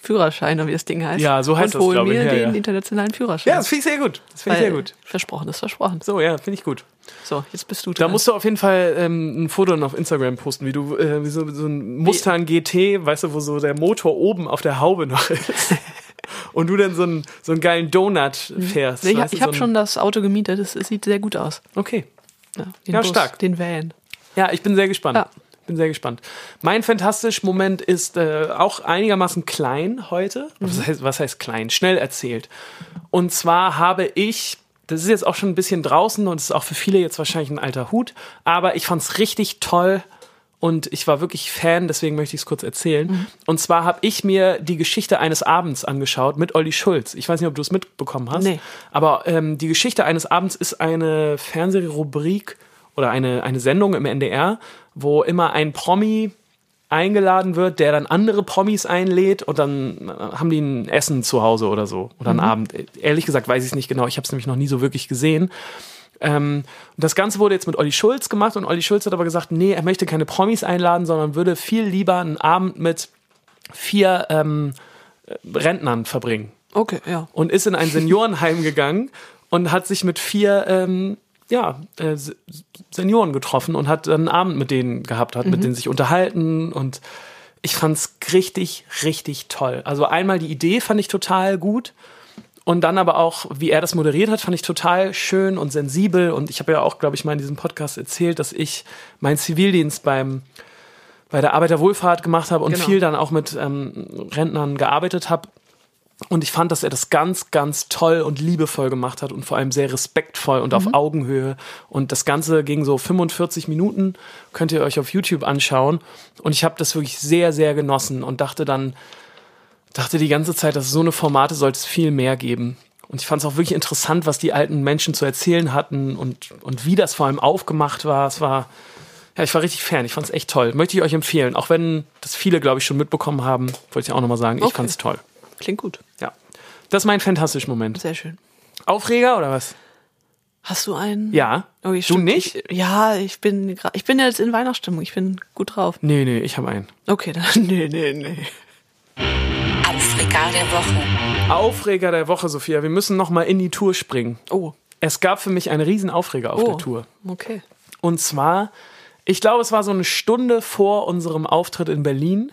Speaker 3: Führerschein, oder wie das Ding heißt.
Speaker 2: Ja, so heißt
Speaker 3: und
Speaker 2: das,
Speaker 3: hol
Speaker 2: glaube ich.
Speaker 3: mir
Speaker 2: Ja,
Speaker 3: den
Speaker 2: ja.
Speaker 3: internationalen Führerschein.
Speaker 2: Ja, das finde ich sehr gut. Das finde ich
Speaker 3: Weil
Speaker 2: sehr gut.
Speaker 3: Versprochen ist versprochen.
Speaker 2: So, ja, finde ich gut.
Speaker 3: So, jetzt bist du
Speaker 2: Da
Speaker 3: dran.
Speaker 2: musst du auf jeden Fall ähm, ein Foto noch auf Instagram posten, wie du äh, wie so, so ein Mustang GT, weißt du, wo so der Motor oben auf der Haube noch ist. Und du dann so einen, so einen geilen Donut fährst.
Speaker 3: Mhm. nee, ich
Speaker 2: weißt
Speaker 3: hab-
Speaker 2: du,
Speaker 3: ich habe
Speaker 2: so
Speaker 3: schon
Speaker 2: einen-
Speaker 3: das Auto gemietet, es es sieht sehr gut aus.
Speaker 2: Okay.
Speaker 3: Ja, den
Speaker 2: Ja,
Speaker 3: Bus,
Speaker 2: stark.
Speaker 3: Den Van.
Speaker 2: Ja, ich bin sehr gespannt.
Speaker 3: Ja.
Speaker 2: Bin sehr gespannt. Mein fantastisch Moment ist äh, auch einigermaßen klein heute.
Speaker 3: Mhm.
Speaker 2: Was, heißt, was heißt klein? Schnell erzählt. Und zwar habe ich, das ist jetzt auch schon ein bisschen draußen und ist auch für viele jetzt wahrscheinlich ein alter Hut, aber ich fand's richtig toll und ich war wirklich Fan, deswegen möchte ich es kurz erzählen. Und zwar habe ich mir die Geschichte eines Abends angeschaut mit Olli Schulz. Ich weiß nicht, ob du es mitbekommen hast.
Speaker 3: Nee.
Speaker 2: Aber ähm, die Geschichte eines Abends ist eine Fernsehrubrik oder eine, eine Sendung im NDR, wo immer ein Promi eingeladen wird, der dann andere Promis einlädt und dann äh, haben die ein Essen zu Hause oder so oder ein Abend. Ehrlich gesagt weiß ich es nicht genau, ich habe es nämlich noch nie so wirklich gesehen. Ähm, und das Ganze wurde jetzt mit Olli Schulz gemacht und Olli Schulz hat aber gesagt, nee, er möchte keine Promis einladen, sondern würde viel lieber einen Abend mit vier ähm, Rentnern verbringen.
Speaker 3: Okay, ja.
Speaker 2: Und ist in ein Seniorenheim gegangen und hat sich mit vier ähm, ja, äh, Se- Senioren getroffen und hat dann einen Abend mit denen gehabt, hat mit denen sich unterhalten und ich fand's richtig, richtig toll. Also einmal die Idee fand ich total gut und dann aber auch, wie er das moderiert hat, fand ich total schön und sensibel und ich habe ja auch, glaube ich, mal in diesem Podcast erzählt, dass ich meinen Zivildienst beim bei der Arbeiterwohlfahrt gemacht habe und
Speaker 3: Genau.
Speaker 2: viel dann auch mit ähm, Rentnern gearbeitet habe. Und ich fand, dass er das ganz, ganz toll und liebevoll gemacht hat und vor allem sehr respektvoll und auf Augenhöhe. Und das Ganze ging so 45 Minuten, könnt ihr euch auf YouTube anschauen. Und ich habe das wirklich sehr, sehr genossen und dachte dann, dachte die ganze Zeit, dass so eine Formate sollte es viel mehr geben. Und ich fand es auch wirklich interessant, was die alten Menschen zu erzählen hatten und, und wie das vor allem aufgemacht war. Es war, ja, ich war richtig Fan. Ich fand es echt toll. Möchte ich euch empfehlen. Auch wenn das viele, glaube ich, schon mitbekommen haben, wollte ich auch nochmal sagen, ich
Speaker 3: Okay.
Speaker 2: fand es toll.
Speaker 3: Klingt gut.
Speaker 2: Ja. Das ist mein fantastischer Moment.
Speaker 3: Sehr schön.
Speaker 2: Aufreger oder was?
Speaker 3: Hast du einen?
Speaker 2: Ja.
Speaker 3: Okay,
Speaker 2: du
Speaker 3: stimmt.
Speaker 2: nicht?
Speaker 3: Oh, Ich, ja, ich bin, gra- ich bin jetzt in Weihnachtsstimmung. Ich bin gut drauf.
Speaker 2: Nee, nee, ich habe einen.
Speaker 3: Okay, dann. Nee, nee, nee.
Speaker 1: Aufreger der Woche.
Speaker 2: Aufreger der Woche, Sophia. Wir müssen nochmal in die Tour springen.
Speaker 3: Oh.
Speaker 2: Es gab für mich einen riesen Aufreger auf
Speaker 3: oh.
Speaker 2: der Tour.
Speaker 3: Okay.
Speaker 2: Und zwar, ich glaube, es war so eine Stunde vor unserem Auftritt in Berlin.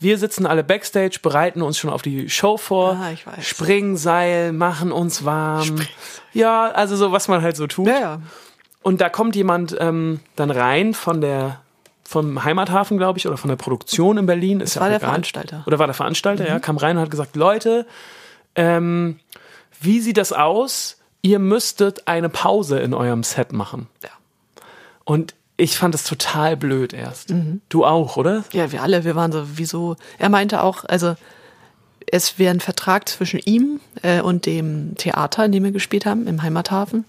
Speaker 2: Wir sitzen alle backstage, bereiten uns schon auf die Show vor,
Speaker 3: Ah, ich weiß.
Speaker 2: springen Seil, machen uns warm. Ja, also so, was man halt so tut.
Speaker 3: Ja, ja.
Speaker 2: Und da kommt jemand ähm, dann rein von der vom Heimathafen, glaube ich, oder von der Produktion in Berlin. Ist ja
Speaker 3: war
Speaker 2: auch
Speaker 3: der
Speaker 2: egal.
Speaker 3: Veranstalter. Mhm.
Speaker 2: Oder war der Veranstalter, ja, kam rein und hat gesagt, Leute, ähm, wie sieht das aus? Ihr müsstet eine Pause in eurem Set machen.
Speaker 3: Ja.
Speaker 2: Und ich fand das total blöd erst.
Speaker 3: Mhm.
Speaker 2: Du auch, oder?
Speaker 3: Ja, wir alle, wir waren so, wieso? Er meinte auch, also es wäre ein Vertrag zwischen ihm äh, und dem Theater, in dem wir gespielt haben, im Heimathafen,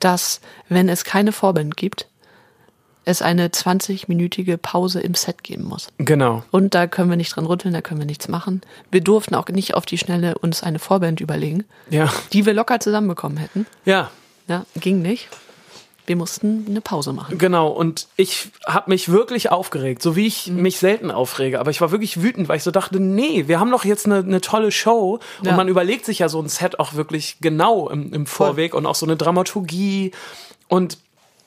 Speaker 3: dass, wenn es keine Vorband gibt, es eine 20-minütige Pause im Set geben muss.
Speaker 2: Genau.
Speaker 3: Und da können wir nicht dran rütteln, da können wir nichts machen. Wir durften auch nicht auf die Schnelle uns eine Vorband überlegen,
Speaker 2: Ja.
Speaker 3: die wir locker zusammenbekommen hätten.
Speaker 2: Ja.
Speaker 3: Ja, ging nicht. Wir mussten eine Pause machen.
Speaker 2: Genau, und ich habe mich wirklich aufgeregt, so wie ich
Speaker 3: Mhm.
Speaker 2: mich selten aufrege. Aber ich war wirklich wütend, weil ich so dachte, nee, wir haben doch jetzt eine, eine tolle Show.
Speaker 3: Ja.
Speaker 2: Und man überlegt sich ja so ein Set auch wirklich genau im, im Vorweg und auch so eine Dramaturgie. Und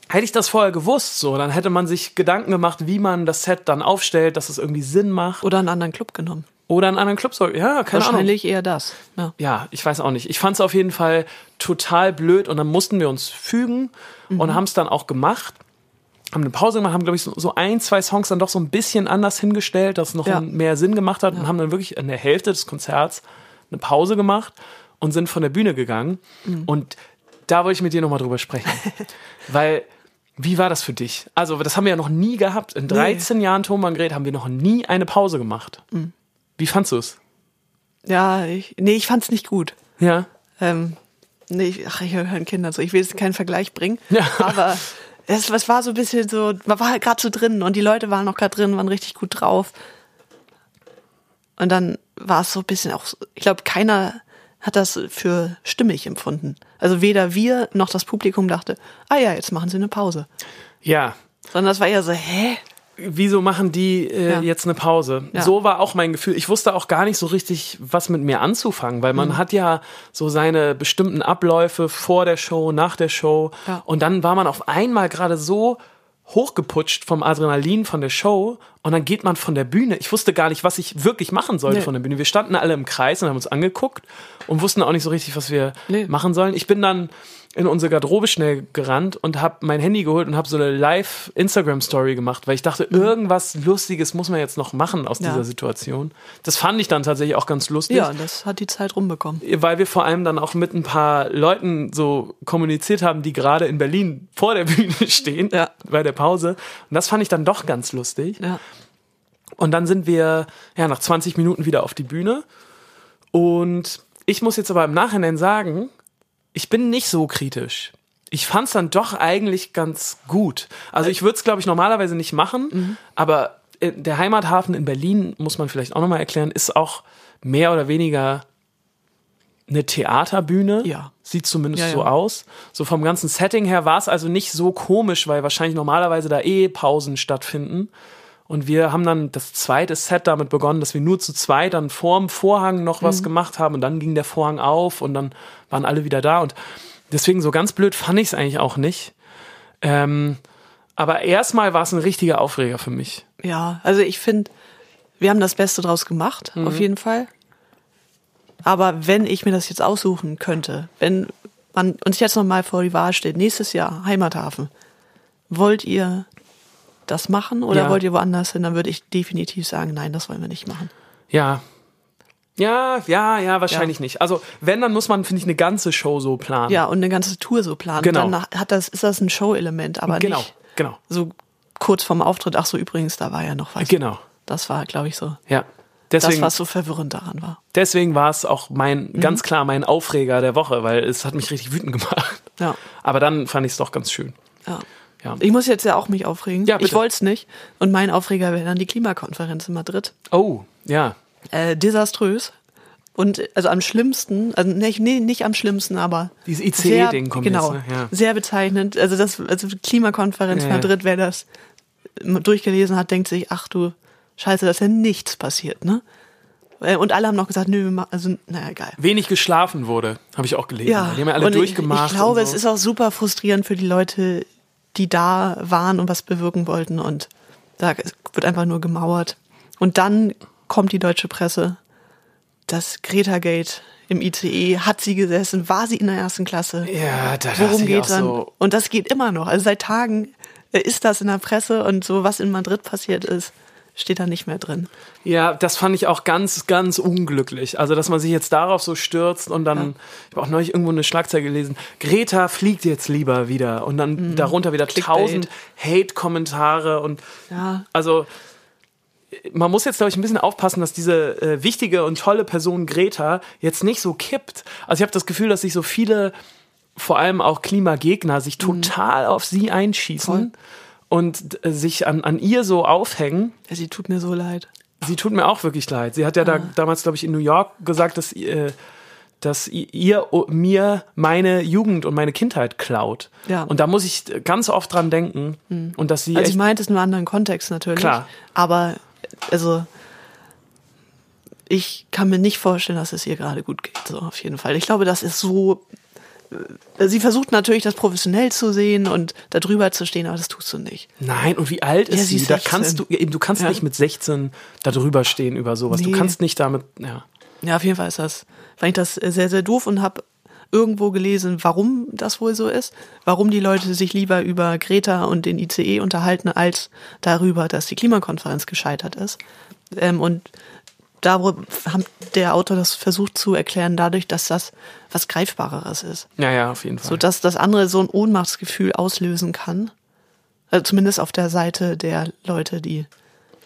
Speaker 2: hätte ich das vorher gewusst, so, dann hätte man sich Gedanken gemacht, wie man das Set dann aufstellt, dass es irgendwie Sinn macht.
Speaker 3: Oder einen anderen Club genommen.
Speaker 2: Oder einen anderen Club soll. Ja, keine Ahnung
Speaker 3: Wahrscheinlich eher das. Ja.
Speaker 2: ja, ich weiß auch nicht. Ich fand es auf jeden Fall total blöd und dann mussten wir uns fügen und haben es dann auch gemacht. Haben eine Pause gemacht, haben, glaube ich, so, so ein, zwei Songs dann doch so ein bisschen anders hingestellt, dass es noch
Speaker 3: Ja.
Speaker 2: ein- mehr Sinn gemacht hat und haben dann wirklich in der Hälfte des Konzerts eine Pause gemacht und sind von der Bühne gegangen. Und da wollte ich mit dir nochmal drüber sprechen. Weil, wie war das für dich? Also, das haben wir ja noch nie gehabt. In 13 Jahren Thomann Gret haben wir noch nie eine Pause gemacht. Wie fandst du es?
Speaker 3: Ja, ich, nee, ich fand's nicht gut.
Speaker 2: Ja.
Speaker 3: Ähm, nee, ich, ach, ich höre Kinder so. Ich will jetzt keinen Vergleich bringen.
Speaker 2: Ja.
Speaker 3: Aber es, es war so ein bisschen so, man war halt gerade so drin und die Leute waren noch gerade drin, waren richtig gut drauf. Und dann war es so ein bisschen auch, so- ich glaube, keiner hat das für stimmig empfunden. Also weder wir noch das Publikum dachte, ah ja, jetzt machen sie eine Pause.
Speaker 2: Ja,
Speaker 3: Sondern das war eher so, hä?
Speaker 2: wieso machen die äh,
Speaker 3: Ja.
Speaker 2: jetzt eine Pause?
Speaker 3: Ja.
Speaker 2: So war auch mein Gefühl. Ich wusste auch gar nicht so richtig, was mit mir anzufangen, weil man
Speaker 3: Mhm.
Speaker 2: hat ja so seine bestimmten Abläufe vor der Show, nach der Show.
Speaker 3: Ja.
Speaker 2: Und dann war man auf einmal gerade so hochgeputscht vom Adrenalin von der Show und dann geht man von der Bühne. Ich wusste gar nicht, was ich wirklich machen sollte
Speaker 3: Nee.
Speaker 2: von der Bühne. Wir standen alle im Kreis und haben uns angeguckt und wussten auch nicht so richtig, was wir
Speaker 3: Nee.
Speaker 2: machen sollen. Ich bin dann in unsere Garderobe schnell gerannt und habe mein Handy geholt und habe so eine live Instagram Story gemacht, weil ich dachte, irgendwas lustiges muss man jetzt noch machen aus
Speaker 3: Mhm. Ja.
Speaker 2: dieser Situation. Das fand ich dann tatsächlich auch ganz lustig
Speaker 3: Ja, und das hat die Zeit rumbekommen.
Speaker 2: weil wir vor allem dann auch mit ein paar Leuten so kommuniziert haben, die gerade in Berlin vor der Bühne stehen,
Speaker 3: Ja.
Speaker 2: bei der Pause. Und das fand ich dann doch ganz lustig.
Speaker 3: Ja.
Speaker 2: Und dann sind wir ja nach 20 Minuten wieder auf die Bühne. Und ich muss jetzt aber im Nachhinein sagen, ich bin nicht so kritisch. Ich fand es dann doch eigentlich ganz gut. Also ich würde es, glaube ich, normalerweise nicht machen, aber äh, der Heimathafen in Berlin, muss man vielleicht auch nochmal erklären, ist auch mehr oder weniger eine Theaterbühne.
Speaker 3: Ja.
Speaker 2: Sieht zumindest
Speaker 3: Ja, ja.
Speaker 2: so aus. So vom ganzen Setting her war es also nicht so komisch, weil wahrscheinlich normalerweise da eh Pausen stattfinden. Und wir haben dann das zweite Set damit begonnen, dass wir nur zu zweit dann vorm Vorhang noch
Speaker 3: Mhm.
Speaker 2: was gemacht haben und dann ging der Vorhang auf und dann waren alle wieder da. Und deswegen so ganz blöd fand ich es eigentlich auch nicht. Ähm, aber erstmal war es ein richtiger Aufreger für mich.
Speaker 3: Ja, also ich finde, wir haben das Beste draus gemacht,
Speaker 2: Mhm.
Speaker 3: auf jeden Fall. Aber wenn ich mir das jetzt aussuchen könnte, wenn man uns jetzt nochmal vor die Wahl steht, nächstes Jahr Heimathafen, wollt ihr das machen oder
Speaker 2: Ja.
Speaker 3: wollt ihr woanders hin? Dann würde ich definitiv sagen, nein, das wollen wir nicht machen.
Speaker 2: Ja. Ja, ja, ja, wahrscheinlich nicht. Also, wenn, dann muss man, finde ich, eine ganze Show so planen.
Speaker 3: Ja, und eine ganze Tour so planen.
Speaker 2: Genau.
Speaker 3: Dann hat das, ist das ein Show-Element, aber
Speaker 2: genau,
Speaker 3: nicht
Speaker 2: genau,
Speaker 3: so kurz vorm Auftritt. Ach so, übrigens, da war ja noch was.
Speaker 2: genau.
Speaker 3: Das war, glaube ich, so.
Speaker 2: Ja. Deswegen,
Speaker 3: das, was so Mhm. verwirrend daran war.
Speaker 2: deswegen war es auch mein, ganz klar mein Aufreger der Woche, weil es hat mich richtig wütend gemacht.
Speaker 3: Ja.
Speaker 2: Aber dann fand ich es doch ganz schön.
Speaker 3: Ja.
Speaker 2: Ja.
Speaker 3: Ich muss jetzt ja auch mich aufregen.
Speaker 2: Ja, bitte.
Speaker 3: ich wollte es nicht. Und mein Aufreger wäre dann die Klimakonferenz in Madrid.
Speaker 2: Oh, ja.
Speaker 3: Äh, desaströs. Und äh, also am schlimmsten, also nicht, nee, nicht am schlimmsten, aber
Speaker 2: Dieses
Speaker 3: sehr-
Speaker 2: ICE-Ding kommt
Speaker 3: genau,
Speaker 2: jetzt. Ne? Ja.
Speaker 3: sehr bezeichnend. Also das also Klimakonferenz
Speaker 2: Ja, ja.
Speaker 3: Madrid, wer das durchgelesen hat, denkt sich, ach du Scheiße, dass ja nichts passiert, ne? Äh, Und alle haben noch gesagt, nö, wir ma- also naja, egal.
Speaker 2: Wenig geschlafen wurde, habe ich auch gelesen. Die haben ja alle
Speaker 3: und ich-
Speaker 2: durchgemacht.
Speaker 3: Ich glaube,
Speaker 2: und so.
Speaker 3: es ist auch super frustrierend für die Leute, die da waren und was bewirken wollten. Und da wird einfach nur gemauert. Und dann kommt die deutsche Presse. Das Greta Gate im ICE hat sie gesessen, war sie in der ersten Klasse.
Speaker 2: Ja, da dachte
Speaker 3: Worum
Speaker 2: ich
Speaker 3: geht's
Speaker 2: auch
Speaker 3: dann?
Speaker 2: so.
Speaker 3: Und das geht immer noch. Also seit Tagen äh, ist das in der Presse und so, was in Madrid passiert ist, steht da nicht mehr drin.
Speaker 2: Ja, das fand ich auch ganz, ganz unglücklich. Also, dass man sich jetzt darauf so stürzt und dann, ich habe auch neulich irgendwo eine Schlagzeile gelesen, Greta fliegt jetzt lieber wieder und dann darunter wieder
Speaker 3: Mhm. Clickbait.
Speaker 2: tausend Hate-Kommentare und
Speaker 3: Ja.
Speaker 2: also man muss jetzt, glaube ich, ein bisschen aufpassen, dass diese äh, wichtige und tolle Person Greta jetzt nicht so kippt. Also ich habe das Gefühl, dass sich so viele, vor allem auch Klimagegner, sich
Speaker 3: Mhm.
Speaker 2: total auf sie einschießen und äh, sich an, an ihr so aufhängen.
Speaker 3: Sie tut mir so leid.
Speaker 2: Sie tut mir auch wirklich leid. Sie hat ja da
Speaker 3: Ah.
Speaker 2: damals, glaube ich, in New York gesagt, dass, äh, dass i- ihr o- mir meine Jugend und meine Kindheit klaut.
Speaker 3: Ja.
Speaker 2: Und da muss ich ganz oft dran denken. Und dass sie
Speaker 3: Also ich
Speaker 2: echt,
Speaker 3: meinte es in einem anderen Kontext natürlich.
Speaker 2: Klar.
Speaker 3: Aber also ich kann mir nicht vorstellen, dass es ihr gerade gut geht, so auf jeden Fall. Ich glaube, das ist so. äh, Sie versucht natürlich, das professionell zu sehen und darüber zu stehen, aber das tust du nicht.
Speaker 2: nein, und wie alt ist
Speaker 3: Ja, sie
Speaker 2: sie?
Speaker 3: ist
Speaker 2: da
Speaker 3: 16.
Speaker 2: kannst du, eben, du kannst
Speaker 3: Ja.
Speaker 2: nicht mit 16 da drüber stehen über sowas. Du
Speaker 3: Nee.
Speaker 2: kannst nicht damit, ja.
Speaker 3: Ja, auf jeden Fall ist das, fand ich das äh, sehr, sehr doof und habe irgendwo gelesen, warum das wohl so ist, warum die Leute sich lieber über Greta und den ICE unterhalten, als darüber, dass die Klimakonferenz gescheitert ist. Ähm, und da wo- haben der Autor das versucht zu erklären, dadurch, dass das was Greifbareres ist.
Speaker 2: Ja, ja, auf jeden Fall.
Speaker 3: So dass das andere so ein Ohnmachtsgefühl auslösen kann. Also zumindest auf der Seite der Leute, die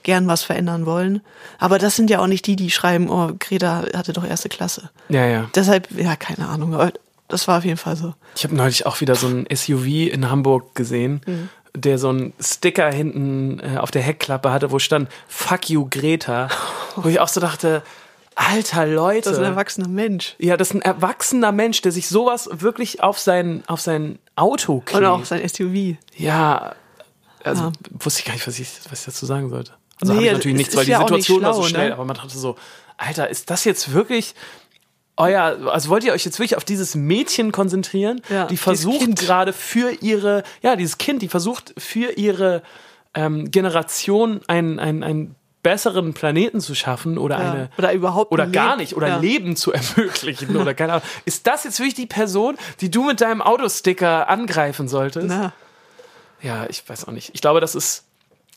Speaker 3: gern was verändern wollen. Aber das sind ja auch nicht die, die schreiben, oh, Greta hatte doch erste Klasse.
Speaker 2: ja, ja.
Speaker 3: Deshalb, ja, keine Ahnung. aber Das war auf jeden Fall so.
Speaker 2: Ich habe neulich auch wieder so ein SUV in Hamburg gesehen,
Speaker 3: Mhm.
Speaker 2: der so einen Sticker hinten äh, auf der Heckklappe hatte, wo stand Fuck you Greta, wo ich auch so dachte, alter Leute.
Speaker 3: Das ist ein erwachsener Mensch.
Speaker 2: ja, das ist ein erwachsener Mensch, der sich sowas wirklich auf sein, auf sein Auto klebt.
Speaker 3: Oder auch sein SUV.
Speaker 2: ja, also
Speaker 3: Ja.
Speaker 2: wusste ich gar nicht, was ich, was ich dazu sagen sollte. Also
Speaker 3: Nee,
Speaker 2: habe ich natürlich
Speaker 3: es
Speaker 2: nichts,
Speaker 3: ist
Speaker 2: weil die
Speaker 3: ja auch nicht
Speaker 2: Situation war so
Speaker 3: schlau,
Speaker 2: schnell,
Speaker 3: ne?
Speaker 2: aber man dachte so, alter, ist das jetzt wirklich euer, also wollt ihr euch jetzt wirklich auf dieses Mädchen konzentrieren,
Speaker 3: Ja,
Speaker 2: die
Speaker 3: dieses
Speaker 2: versucht
Speaker 3: Kind.
Speaker 2: gerade für ihre, ja, dieses Kind, die versucht für ihre ähm, Generation einen, einen, einen besseren Planeten zu schaffen oder
Speaker 3: Ja.
Speaker 2: eine
Speaker 3: Oder überhaupt
Speaker 2: oder
Speaker 3: ein
Speaker 2: gar
Speaker 3: Leben.
Speaker 2: nicht oder
Speaker 3: Ja.
Speaker 2: Leben zu ermöglichen oder keine Ahnung. Ist das jetzt wirklich die Person, die du mit deinem Autosticker angreifen solltest?
Speaker 3: Na,
Speaker 2: Ja, ich weiß auch nicht. Ich glaube, das ist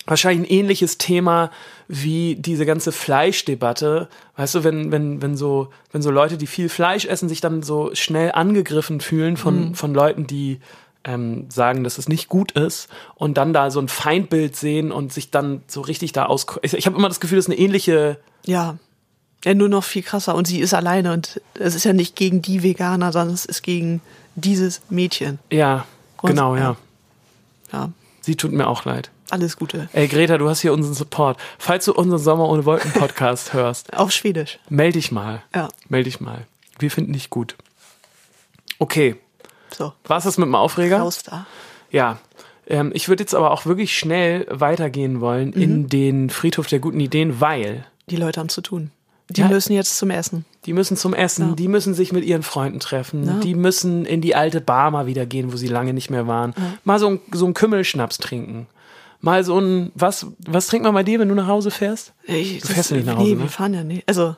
Speaker 2: wahrscheinlich ein ähnliches Thema wie diese ganze Fleischdebatte. Weißt du, wenn, wenn, wenn so, wenn so Leute, die viel Fleisch essen, sich dann so schnell angegriffen fühlen von, von Leuten, die ähm, sagen, dass es nicht gut ist und dann da so ein Feindbild sehen und sich dann so richtig da aus. Ich, ich habe immer das Gefühl, das ist eine ähnliche.
Speaker 3: ja. Ja, nur noch viel krasser. Und sie ist alleine. Und es ist ja nicht gegen die Veganer, sondern es ist gegen dieses Mädchen.
Speaker 2: Ja,
Speaker 3: Und-
Speaker 2: genau, ja.
Speaker 3: ja. Ja,
Speaker 2: Sie tut mir auch leid.
Speaker 3: alles Gute.
Speaker 2: Ey, Greta, du hast hier unseren Support. Falls du unseren Sommer ohne Wolken Podcast hörst,
Speaker 3: Auf Schwedisch.
Speaker 2: melde dich mal.
Speaker 3: Ja.
Speaker 2: Melde dich mal. wir finden dich gut. Okay,
Speaker 3: So,
Speaker 2: war es das mit dem Aufreger?
Speaker 3: raus da.
Speaker 2: Ja. Ähm, ich würde jetzt aber auch wirklich schnell weitergehen wollen
Speaker 3: Mhm.
Speaker 2: in den Friedhof der guten Ideen, weil
Speaker 3: Die Leute haben zu tun. Die
Speaker 2: Ja.
Speaker 3: müssen jetzt zum Essen.
Speaker 2: die müssen zum Essen,
Speaker 3: Ja.
Speaker 2: die müssen sich mit ihren Freunden treffen,
Speaker 3: Ja.
Speaker 2: die müssen in die alte Bar mal wieder gehen, wo sie lange nicht mehr waren. Mal so ein, so ein Kümmelschnaps trinken. Mal so ein, was, was trinkt man bei dir, wenn du nach Hause fährst?
Speaker 3: Ich,
Speaker 2: Du fährst ja nicht nach Hause,
Speaker 3: Nee,
Speaker 2: ne?
Speaker 3: wir fahren ja nicht. Also,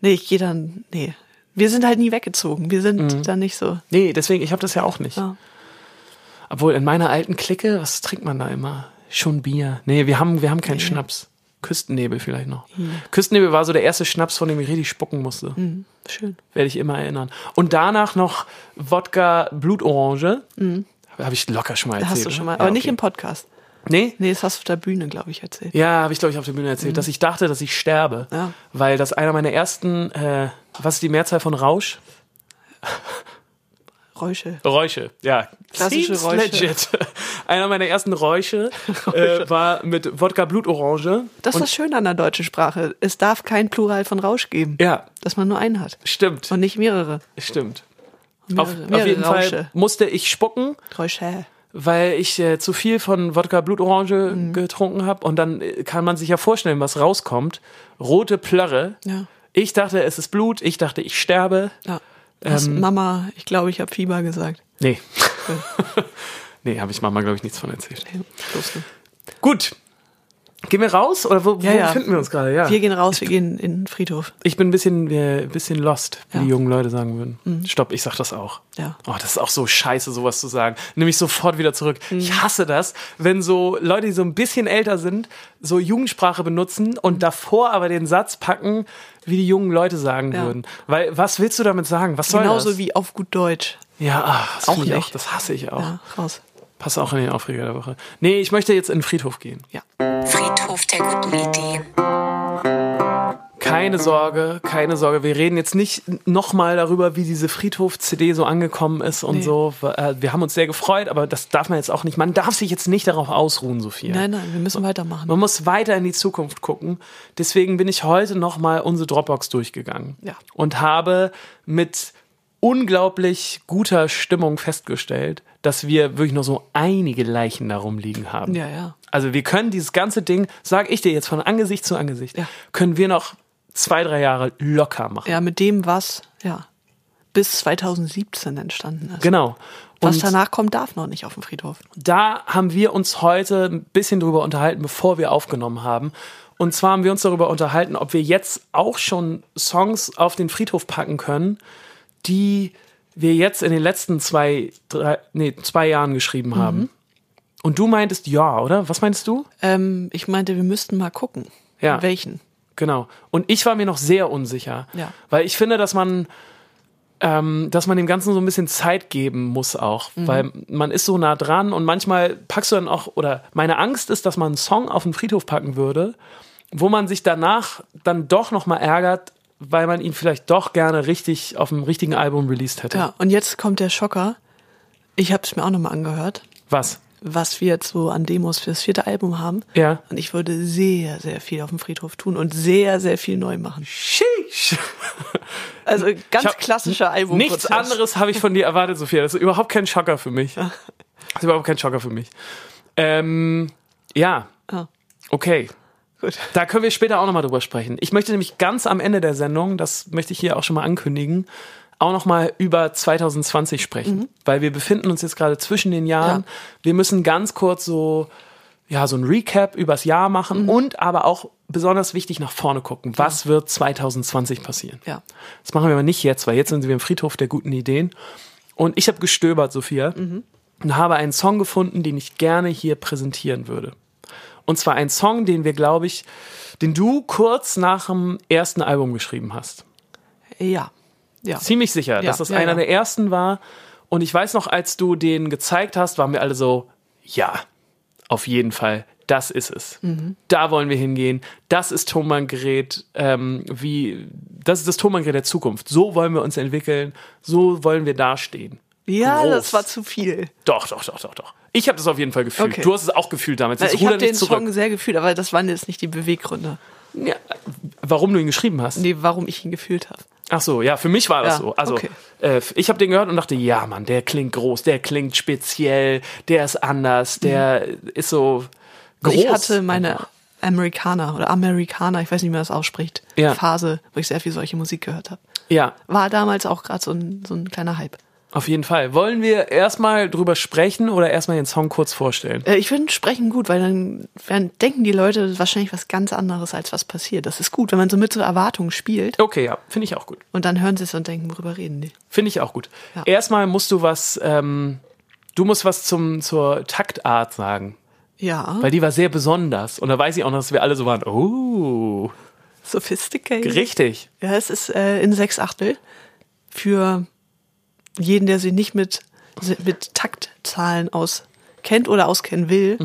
Speaker 3: nee, ich gehe dann, nee. Wir sind halt nie weggezogen. Wir sind
Speaker 2: Mhm.
Speaker 3: dann nicht so.
Speaker 2: Nee, deswegen, ich habe das ja auch nicht.
Speaker 3: Ja.
Speaker 2: Obwohl, in meiner alten Clique, was trinkt man da immer? Schon Bier. Nee, wir haben, wir haben keinen Schnaps. Küstennebel vielleicht noch. Küstennebel war so der erste Schnaps, von dem ich richtig spucken musste.
Speaker 3: Hm, schön.
Speaker 2: Werde ich immer erinnern. Und danach noch Wodka Blutorange. Habe ich locker schon mal erzählt.
Speaker 3: Hm. hast du schon mal.
Speaker 2: ne?
Speaker 3: Aber
Speaker 2: Ja,
Speaker 3: nicht
Speaker 2: okay.
Speaker 3: im Podcast.
Speaker 2: Nee?
Speaker 3: Nee, das hast du auf der Bühne, glaube ich, erzählt.
Speaker 2: Ja, habe ich, glaube ich, auf der Bühne erzählt, dass ich dachte, dass ich sterbe.
Speaker 3: Hm. Ja.
Speaker 2: Weil das einer meiner ersten, äh, was ist die Mehrzahl von Rausch?
Speaker 3: Räusche.
Speaker 2: Räusche, ja.
Speaker 3: Klassische Räusche.
Speaker 2: Legit. Einer meiner ersten Räusche äh, war mit Wodka Blutorange.
Speaker 3: Das
Speaker 2: Und-
Speaker 3: ist das Schöne an der deutschen Sprache. Es darf kein Plural von Rausch geben.
Speaker 2: Ja,
Speaker 3: Dass man nur einen hat.
Speaker 2: stimmt,
Speaker 3: Und nicht mehrere.
Speaker 2: stimmt.
Speaker 3: Mehrere,
Speaker 2: auf,
Speaker 3: mehrere
Speaker 2: auf jeden Fall
Speaker 3: Rausche.
Speaker 2: musste ich spucken,
Speaker 3: Räusche.
Speaker 2: weil ich äh, zu viel von Wodka Blutorange
Speaker 3: Mhm.
Speaker 2: getrunken habe. Und dann äh, kann man sich ja vorstellen, was rauskommt. Rote Plörre.
Speaker 3: Ja.
Speaker 2: Ich dachte, es ist Blut. Ich dachte, ich sterbe.
Speaker 3: Ja. Hast
Speaker 2: Ähm.
Speaker 3: Mama, ich glaube, ich habe Fieber gesagt.
Speaker 2: Nee. nee, habe ich Mama, glaube ich, nichts von erzählt.
Speaker 3: Ja, bloß nicht.
Speaker 2: Gut. Gehen wir raus oder wo,
Speaker 3: Ja,
Speaker 2: wo
Speaker 3: ja.
Speaker 2: finden wir uns gerade? Ja.
Speaker 3: Wir gehen raus, wir gehen in den Friedhof.
Speaker 2: Ich bin ein bisschen, äh, bisschen lost, wie
Speaker 3: Ja. Mhm.
Speaker 2: die jungen Leute sagen würden. Stopp, ich sag das auch.
Speaker 3: Ja.
Speaker 2: Oh, das ist auch so scheiße, sowas zu sagen. Nimm mich sofort wieder zurück.
Speaker 3: Mhm.
Speaker 2: Ich hasse das, wenn so Leute, die so ein bisschen älter sind, so Jugendsprache benutzen
Speaker 3: Mhm.
Speaker 2: und davor aber den Satz packen, wie die jungen Leute sagen
Speaker 3: Ja.
Speaker 2: würden. Weil, was willst du damit sagen? Was soll
Speaker 3: Genauso
Speaker 2: das?
Speaker 3: wie auf gut Deutsch.
Speaker 2: Ja, ach, das
Speaker 3: Auch
Speaker 2: auch, ich auch.
Speaker 3: nicht.
Speaker 2: Das hasse ich auch.
Speaker 3: Ja, raus.
Speaker 2: Passt auch in den Aufreger der Woche. Nee, ich möchte jetzt in den Friedhof gehen.
Speaker 3: Ja.
Speaker 1: Friedhof der guten Ideen.
Speaker 2: Keine Sorge, keine Sorge. Wir reden jetzt nicht nochmal darüber, wie diese Friedhof-CD so angekommen ist und
Speaker 3: Nee.
Speaker 2: so. Äh, Wir haben uns sehr gefreut, aber das darf man jetzt auch nicht. Man darf sich jetzt nicht darauf ausruhen, Sophia.
Speaker 3: Nein, nein, wir müssen weitermachen.
Speaker 2: Man muss weiter in die Zukunft gucken. Deswegen bin ich heute nochmal unsere Dropbox durchgegangen
Speaker 3: Ja.
Speaker 2: und habe mit unglaublich guter Stimmung festgestellt, dass wir wirklich noch so einige Leichen darum liegen haben.
Speaker 3: Ja, ja.
Speaker 2: Also wir können dieses ganze Ding, sage ich dir jetzt von Angesicht zu Angesicht,
Speaker 3: Ja.
Speaker 2: können wir noch zwei, drei Jahre locker machen.
Speaker 3: Ja, mit dem, was ja bis 2017 entstanden ist.
Speaker 2: Genau.
Speaker 3: Was
Speaker 2: Und-
Speaker 3: danach kommt, darf noch nicht auf dem Friedhof.
Speaker 2: da haben wir uns heute ein bisschen drüber unterhalten, bevor wir aufgenommen haben. Und zwar haben wir uns darüber unterhalten, ob wir jetzt auch schon Songs auf den Friedhof packen können, die wir jetzt in den letzten zwei, drei, nee, zwei Jahren geschrieben haben. Und du meintest ja, oder? Was meinst du?
Speaker 3: Ähm, ich meinte, wir müssten mal gucken,
Speaker 2: Ja.
Speaker 3: welchen.
Speaker 2: Genau. Und ich war mir noch sehr unsicher,
Speaker 3: Ja.
Speaker 2: weil ich finde, dass man, ähm, dass man dem Ganzen so ein bisschen Zeit geben muss auch,
Speaker 3: Mhm.
Speaker 2: weil man ist so nah dran und manchmal packst du dann auch oder meine Angst ist, dass man einen Song auf den Friedhof packen würde, wo man sich danach dann doch noch mal ärgert, weil man ihn vielleicht doch gerne richtig auf dem richtigen Album released hätte.
Speaker 3: Ja, und jetzt kommt der Schocker. Ich habe es mir auch nochmal angehört,
Speaker 2: Was?
Speaker 3: was wir jetzt so an Demos fürs vierte Album haben.
Speaker 2: Ja.
Speaker 3: Und ich würde sehr, sehr viel auf dem Friedhof tun und sehr, sehr viel neu machen.
Speaker 2: Sheesh.
Speaker 3: Also
Speaker 2: Ich
Speaker 3: ganz
Speaker 2: hab
Speaker 3: klassischer Album.
Speaker 2: Nichts anderes habe ich von dir erwartet, Sophia. Das ist überhaupt kein Schocker für mich. Das ist überhaupt kein Schocker für mich. Ähm, ja,
Speaker 3: Ah,
Speaker 2: okay.
Speaker 3: gut.
Speaker 2: Da können wir später auch nochmal drüber sprechen. Ich möchte nämlich ganz am Ende der Sendung, das möchte ich hier auch schon mal ankündigen, auch nochmal über 2020 sprechen. Weil wir befinden uns jetzt gerade zwischen den Jahren.
Speaker 3: Mhm. Ja.
Speaker 2: Wir müssen ganz kurz so, ja, so ein Recap übers Jahr
Speaker 3: Mhm.
Speaker 2: machen und aber auch besonders wichtig nach vorne gucken. Was wird 2020 passieren?
Speaker 3: Ja.
Speaker 2: Das machen wir aber nicht jetzt, weil jetzt sind wir im Friedhof der guten Ideen. Und ich habe gestöbert, Sophia,
Speaker 3: Mhm.
Speaker 2: und habe einen Song gefunden, den ich gerne hier präsentieren würde. Und zwar einen Song, den wir, glaube ich, den du kurz nach dem ersten Album geschrieben hast.
Speaker 3: Ja. Ja.
Speaker 2: Ziemlich sicher, dass das
Speaker 3: ja,
Speaker 2: einer
Speaker 3: ja.
Speaker 2: der ersten war. Und ich weiß noch, als du den gezeigt hast, waren wir alle so, ja, auf jeden Fall, das ist es.
Speaker 3: Mhm.
Speaker 2: Da wollen wir hingehen. Das ist Thomann-Gerät, ähm, wie, das ist das Thomann-Gerät der Zukunft. So wollen wir uns entwickeln. So wollen wir dastehen.
Speaker 3: Ja,
Speaker 2: Groß.
Speaker 3: das war zu viel.
Speaker 2: Doch, doch, doch, doch, doch. Ich habe das auf jeden Fall gefühlt.
Speaker 3: Okay.
Speaker 2: Du hast es auch gefühlt damals.
Speaker 3: Na,
Speaker 2: Jetzt
Speaker 3: Äh, ich
Speaker 2: ruder
Speaker 3: habe den
Speaker 2: nicht zurück.
Speaker 3: Song sehr gefühlt, aber das waren jetzt nicht die Beweggründe.
Speaker 2: Ja, warum du ihn geschrieben hast?
Speaker 3: Nee, warum ich ihn gefühlt habe.
Speaker 2: Ach so, ja, für mich war das
Speaker 3: Ja,
Speaker 2: so. Also
Speaker 3: okay.
Speaker 2: äh, ich habe den gehört und dachte, ja, Mann, der klingt groß, der klingt speziell, der ist anders, der ist so groß.
Speaker 3: Mhm. Also Ich hatte meine Amerikaner oder Amerikaner, ich weiß nicht, wie man das ausspricht,
Speaker 2: Ja.
Speaker 3: Phase, wo ich sehr viel solche Musik gehört habe.
Speaker 2: ja,
Speaker 3: War damals auch gerade so ein, so ein kleiner Hype.
Speaker 2: auf jeden Fall. Wollen wir erstmal drüber sprechen oder erstmal den Song kurz vorstellen?
Speaker 3: Äh, Ich finde Sprechen gut, weil dann, dann denken die Leute wahrscheinlich was ganz anderes, als was passiert. Das ist gut, wenn man so mit so Erwartungen spielt
Speaker 2: Okay, ja, finde ich auch gut.
Speaker 3: und dann hören sie es und denken, worüber reden die?
Speaker 2: Finde ich auch gut.
Speaker 3: Ja.
Speaker 2: Erstmal musst du was, ähm, du musst was zum, zur Taktart sagen,
Speaker 3: Ja,
Speaker 2: weil die war sehr besonders. Und da weiß ich auch noch, dass wir alle so waren, oh,
Speaker 3: sophisticated.
Speaker 2: richtig.
Speaker 3: Ja, es ist äh, in sechs Achtel für jeden, der sich nicht mit, mit Taktzahlen auskennt oder auskennen will.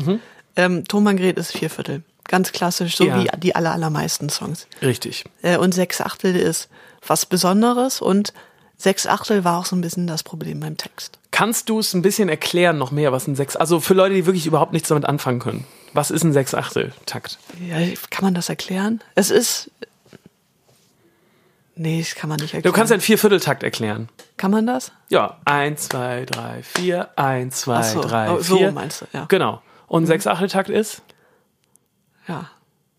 Speaker 3: Ähm, Tonbandgerät ist vier Viertel. Ganz klassisch, so
Speaker 2: Mhm. Ja.
Speaker 3: wie die aller, allermeisten Songs.
Speaker 2: Richtig.
Speaker 3: Äh, und sechs Achtel ist was Besonderes und sechs Achtel war auch so ein bisschen das Problem beim Text.
Speaker 2: Kannst du es ein bisschen erklären noch mehr, was ein Sechs... Also für Leute, die wirklich überhaupt nichts damit anfangen können. Was ist ein Sechsachtel-Takt?
Speaker 3: Ja, kann man das erklären? Es ist. Nee, das kann man nicht
Speaker 2: Du
Speaker 3: erklären.
Speaker 2: kannst ja einen Viervierteltakt erklären.
Speaker 3: kann man das?
Speaker 2: Ja, eins, zwei, drei, vier, eins, zwei,
Speaker 3: Ach so,
Speaker 2: drei,
Speaker 3: oh, so
Speaker 2: vier.
Speaker 3: meinst du, ja. Mhm.
Speaker 2: Genau. Und ein Sechsachtel-Takt ist?
Speaker 3: Ja,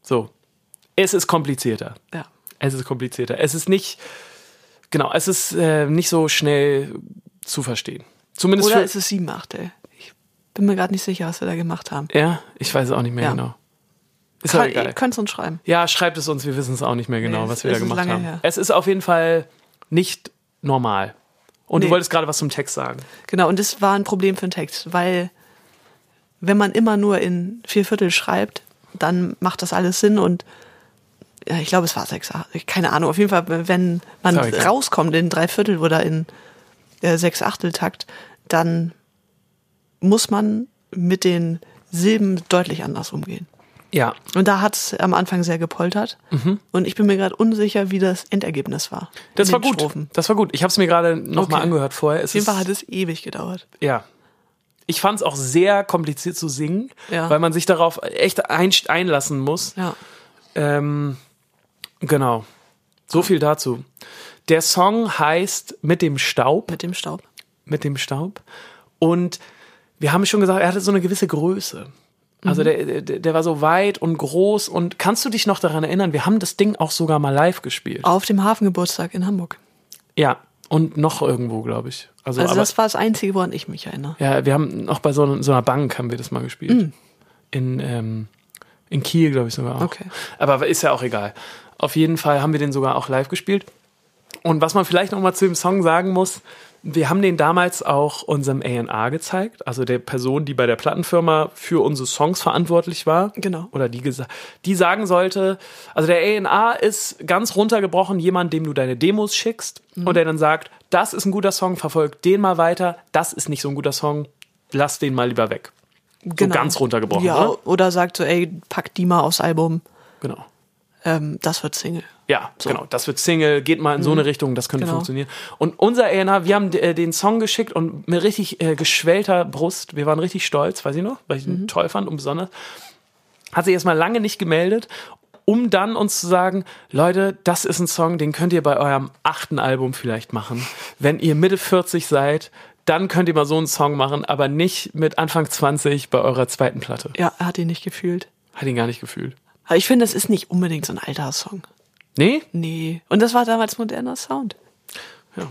Speaker 2: So. Es ist komplizierter.
Speaker 3: ja.
Speaker 2: Es ist komplizierter. Es ist nicht... Genau, es ist äh, nicht so schnell zu verstehen. Zumindest
Speaker 3: Oder
Speaker 2: für...
Speaker 3: ist es sieben Achtel? Ich bin mir gerade nicht sicher, was wir da gemacht haben.
Speaker 2: ja, ich weiß es auch nicht mehr
Speaker 3: Ja.
Speaker 2: genau. Ist
Speaker 3: Kann,
Speaker 2: halt egal.
Speaker 3: ihr könnt uns schreiben.
Speaker 2: Ja, schreibt es uns, wir wissen es auch nicht mehr genau,
Speaker 3: Nee,
Speaker 2: was
Speaker 3: es-
Speaker 2: wir da
Speaker 3: es ist
Speaker 2: gemacht
Speaker 3: lange
Speaker 2: haben.
Speaker 3: her.
Speaker 2: Es ist auf jeden Fall nicht normal. Und du
Speaker 3: Nee.
Speaker 2: wolltest gerade was zum Text sagen.
Speaker 3: Genau, und das war ein Problem für den Text, weil wenn man immer nur in vier Viertel schreibt, dann macht das alles Sinn und ja, ich glaube, es war sechs, Ach- keine Ahnung. Auf jeden Fall, wenn man
Speaker 2: Ist auch egal.
Speaker 3: rauskommt in drei Viertel oder in äh, sechs Achteltakt, dann muss man mit den Silben deutlich anders umgehen.
Speaker 2: Ja.
Speaker 3: Und da hat es am Anfang sehr gepoltert. Und ich bin mir gerade unsicher, wie das Endergebnis war.
Speaker 2: Mhm. Das
Speaker 3: In
Speaker 2: war
Speaker 3: den
Speaker 2: gut.
Speaker 3: Strophen.
Speaker 2: Das war gut. Ich habe es mir gerade nochmal mal
Speaker 3: Okay.
Speaker 2: angehört vorher. Es
Speaker 3: Auf jeden Fall
Speaker 2: ist-
Speaker 3: hat es ewig gedauert.
Speaker 2: Ja. Ich fand es auch sehr kompliziert zu singen,
Speaker 3: Ja.
Speaker 2: weil man sich darauf echt ein, einlassen muss.
Speaker 3: Ja.
Speaker 2: Ähm, genau. So viel dazu. Der Song heißt Mit dem Staub.
Speaker 3: Mit dem Staub.
Speaker 2: mit dem Staub. Und wir haben schon gesagt, er hatte so eine gewisse Größe.
Speaker 3: Mhm.
Speaker 2: Also der, der, der war so weit und groß. Und kannst du dich noch daran erinnern, wir haben das Ding auch sogar mal live gespielt.
Speaker 3: Auf dem Hafengeburtstag in Hamburg.
Speaker 2: Ja, und noch irgendwo, glaube ich. Also,
Speaker 3: Also
Speaker 2: Oh, aber,
Speaker 3: das war das Einzige, woran ich mich erinnere.
Speaker 2: ja, wir haben noch bei so, so einer Bank haben wir das mal gespielt.
Speaker 3: Mhm.
Speaker 2: In, ähm, in Kiel, glaube ich sogar auch.
Speaker 3: Okay.
Speaker 2: Aber ist ja auch egal. Auf jeden Fall haben wir den sogar auch live gespielt. Und was man vielleicht noch mal zu dem Song sagen muss, wir haben den damals auch unserem A&R gezeigt, also der Person, die bei der Plattenfirma für unsere Songs verantwortlich war.
Speaker 3: Genau.
Speaker 2: Oder die, gesa- die sagen sollte, also der A&R ist ganz runtergebrochen jemand, dem du deine Demos schickst und der dann sagt, das ist ein guter Song, verfolg den mal weiter, das ist nicht so ein guter Song, lass den mal lieber weg.
Speaker 3: Genau.
Speaker 2: ganz runtergebrochen,
Speaker 3: Ja,
Speaker 2: oder?
Speaker 3: oder? sagt so, ey, pack die mal aufs Album.
Speaker 2: Genau.
Speaker 3: Ähm, das wird Single.
Speaker 2: Ja, genau. Das wird Single, geht mal in so eine Richtung, das könnte
Speaker 3: Genau.
Speaker 2: funktionieren. Und unser A&R, wir haben äh, den Song geschickt und mit richtig äh, geschwellter Brust, wir waren richtig stolz, weiß ich noch, weil ich ihn toll fand und besonders, hat sich erstmal lange nicht gemeldet, um dann uns zu sagen, Leute, das ist ein Song, den könnt ihr bei eurem achten Album vielleicht machen. Wenn ihr Mitte 40 seid, dann könnt ihr mal so einen Song machen, aber nicht mit Anfang 20 bei eurer zweiten Platte.
Speaker 3: Ja, hat ihn nicht gefühlt.
Speaker 2: Hat ihn gar nicht gefühlt.
Speaker 3: Aber ich finde, das ist nicht unbedingt so ein alter Song.
Speaker 2: Nee?
Speaker 3: Nee. Und das war damals moderner Sound.
Speaker 2: Ja.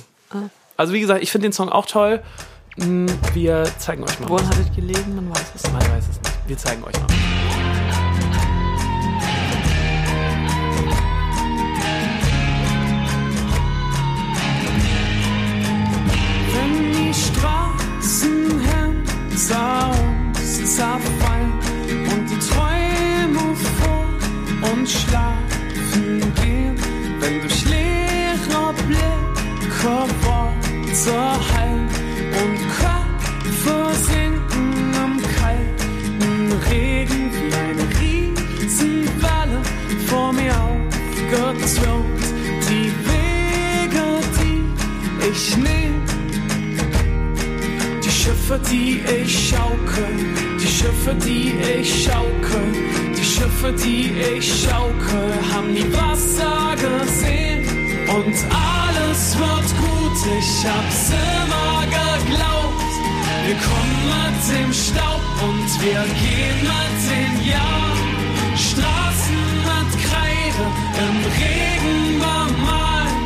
Speaker 2: Also wie gesagt, ich finde den Song auch toll. Mm, Wir zeigen euch mal.
Speaker 3: Woran
Speaker 2: was.
Speaker 3: hat es gelegen? Man weiß es
Speaker 2: Man weiß es nicht. Wir zeigen euch mal.
Speaker 4: Wenn die Straßenhänser uns zerfallen und die Träume vor uns schlafen gehen, wenn durch leere Blicke Worte hallen und Köpfe sinken im kalten Regen wie eine Riesenwelle vor mir aufgetürmt. Die Wege, die ich nehme, die Schiffe, die ich schaukel, die Schiffe, die ich schaukel, die Schiffe, die ich schaukel, haben nie Wasser gesehen und alle es wird gut, ich hab's immer geglaubt. Wir kommen mit dem Staub und wir gehen mit den Jahren. Straßen mit Kreide im Regen bemalen.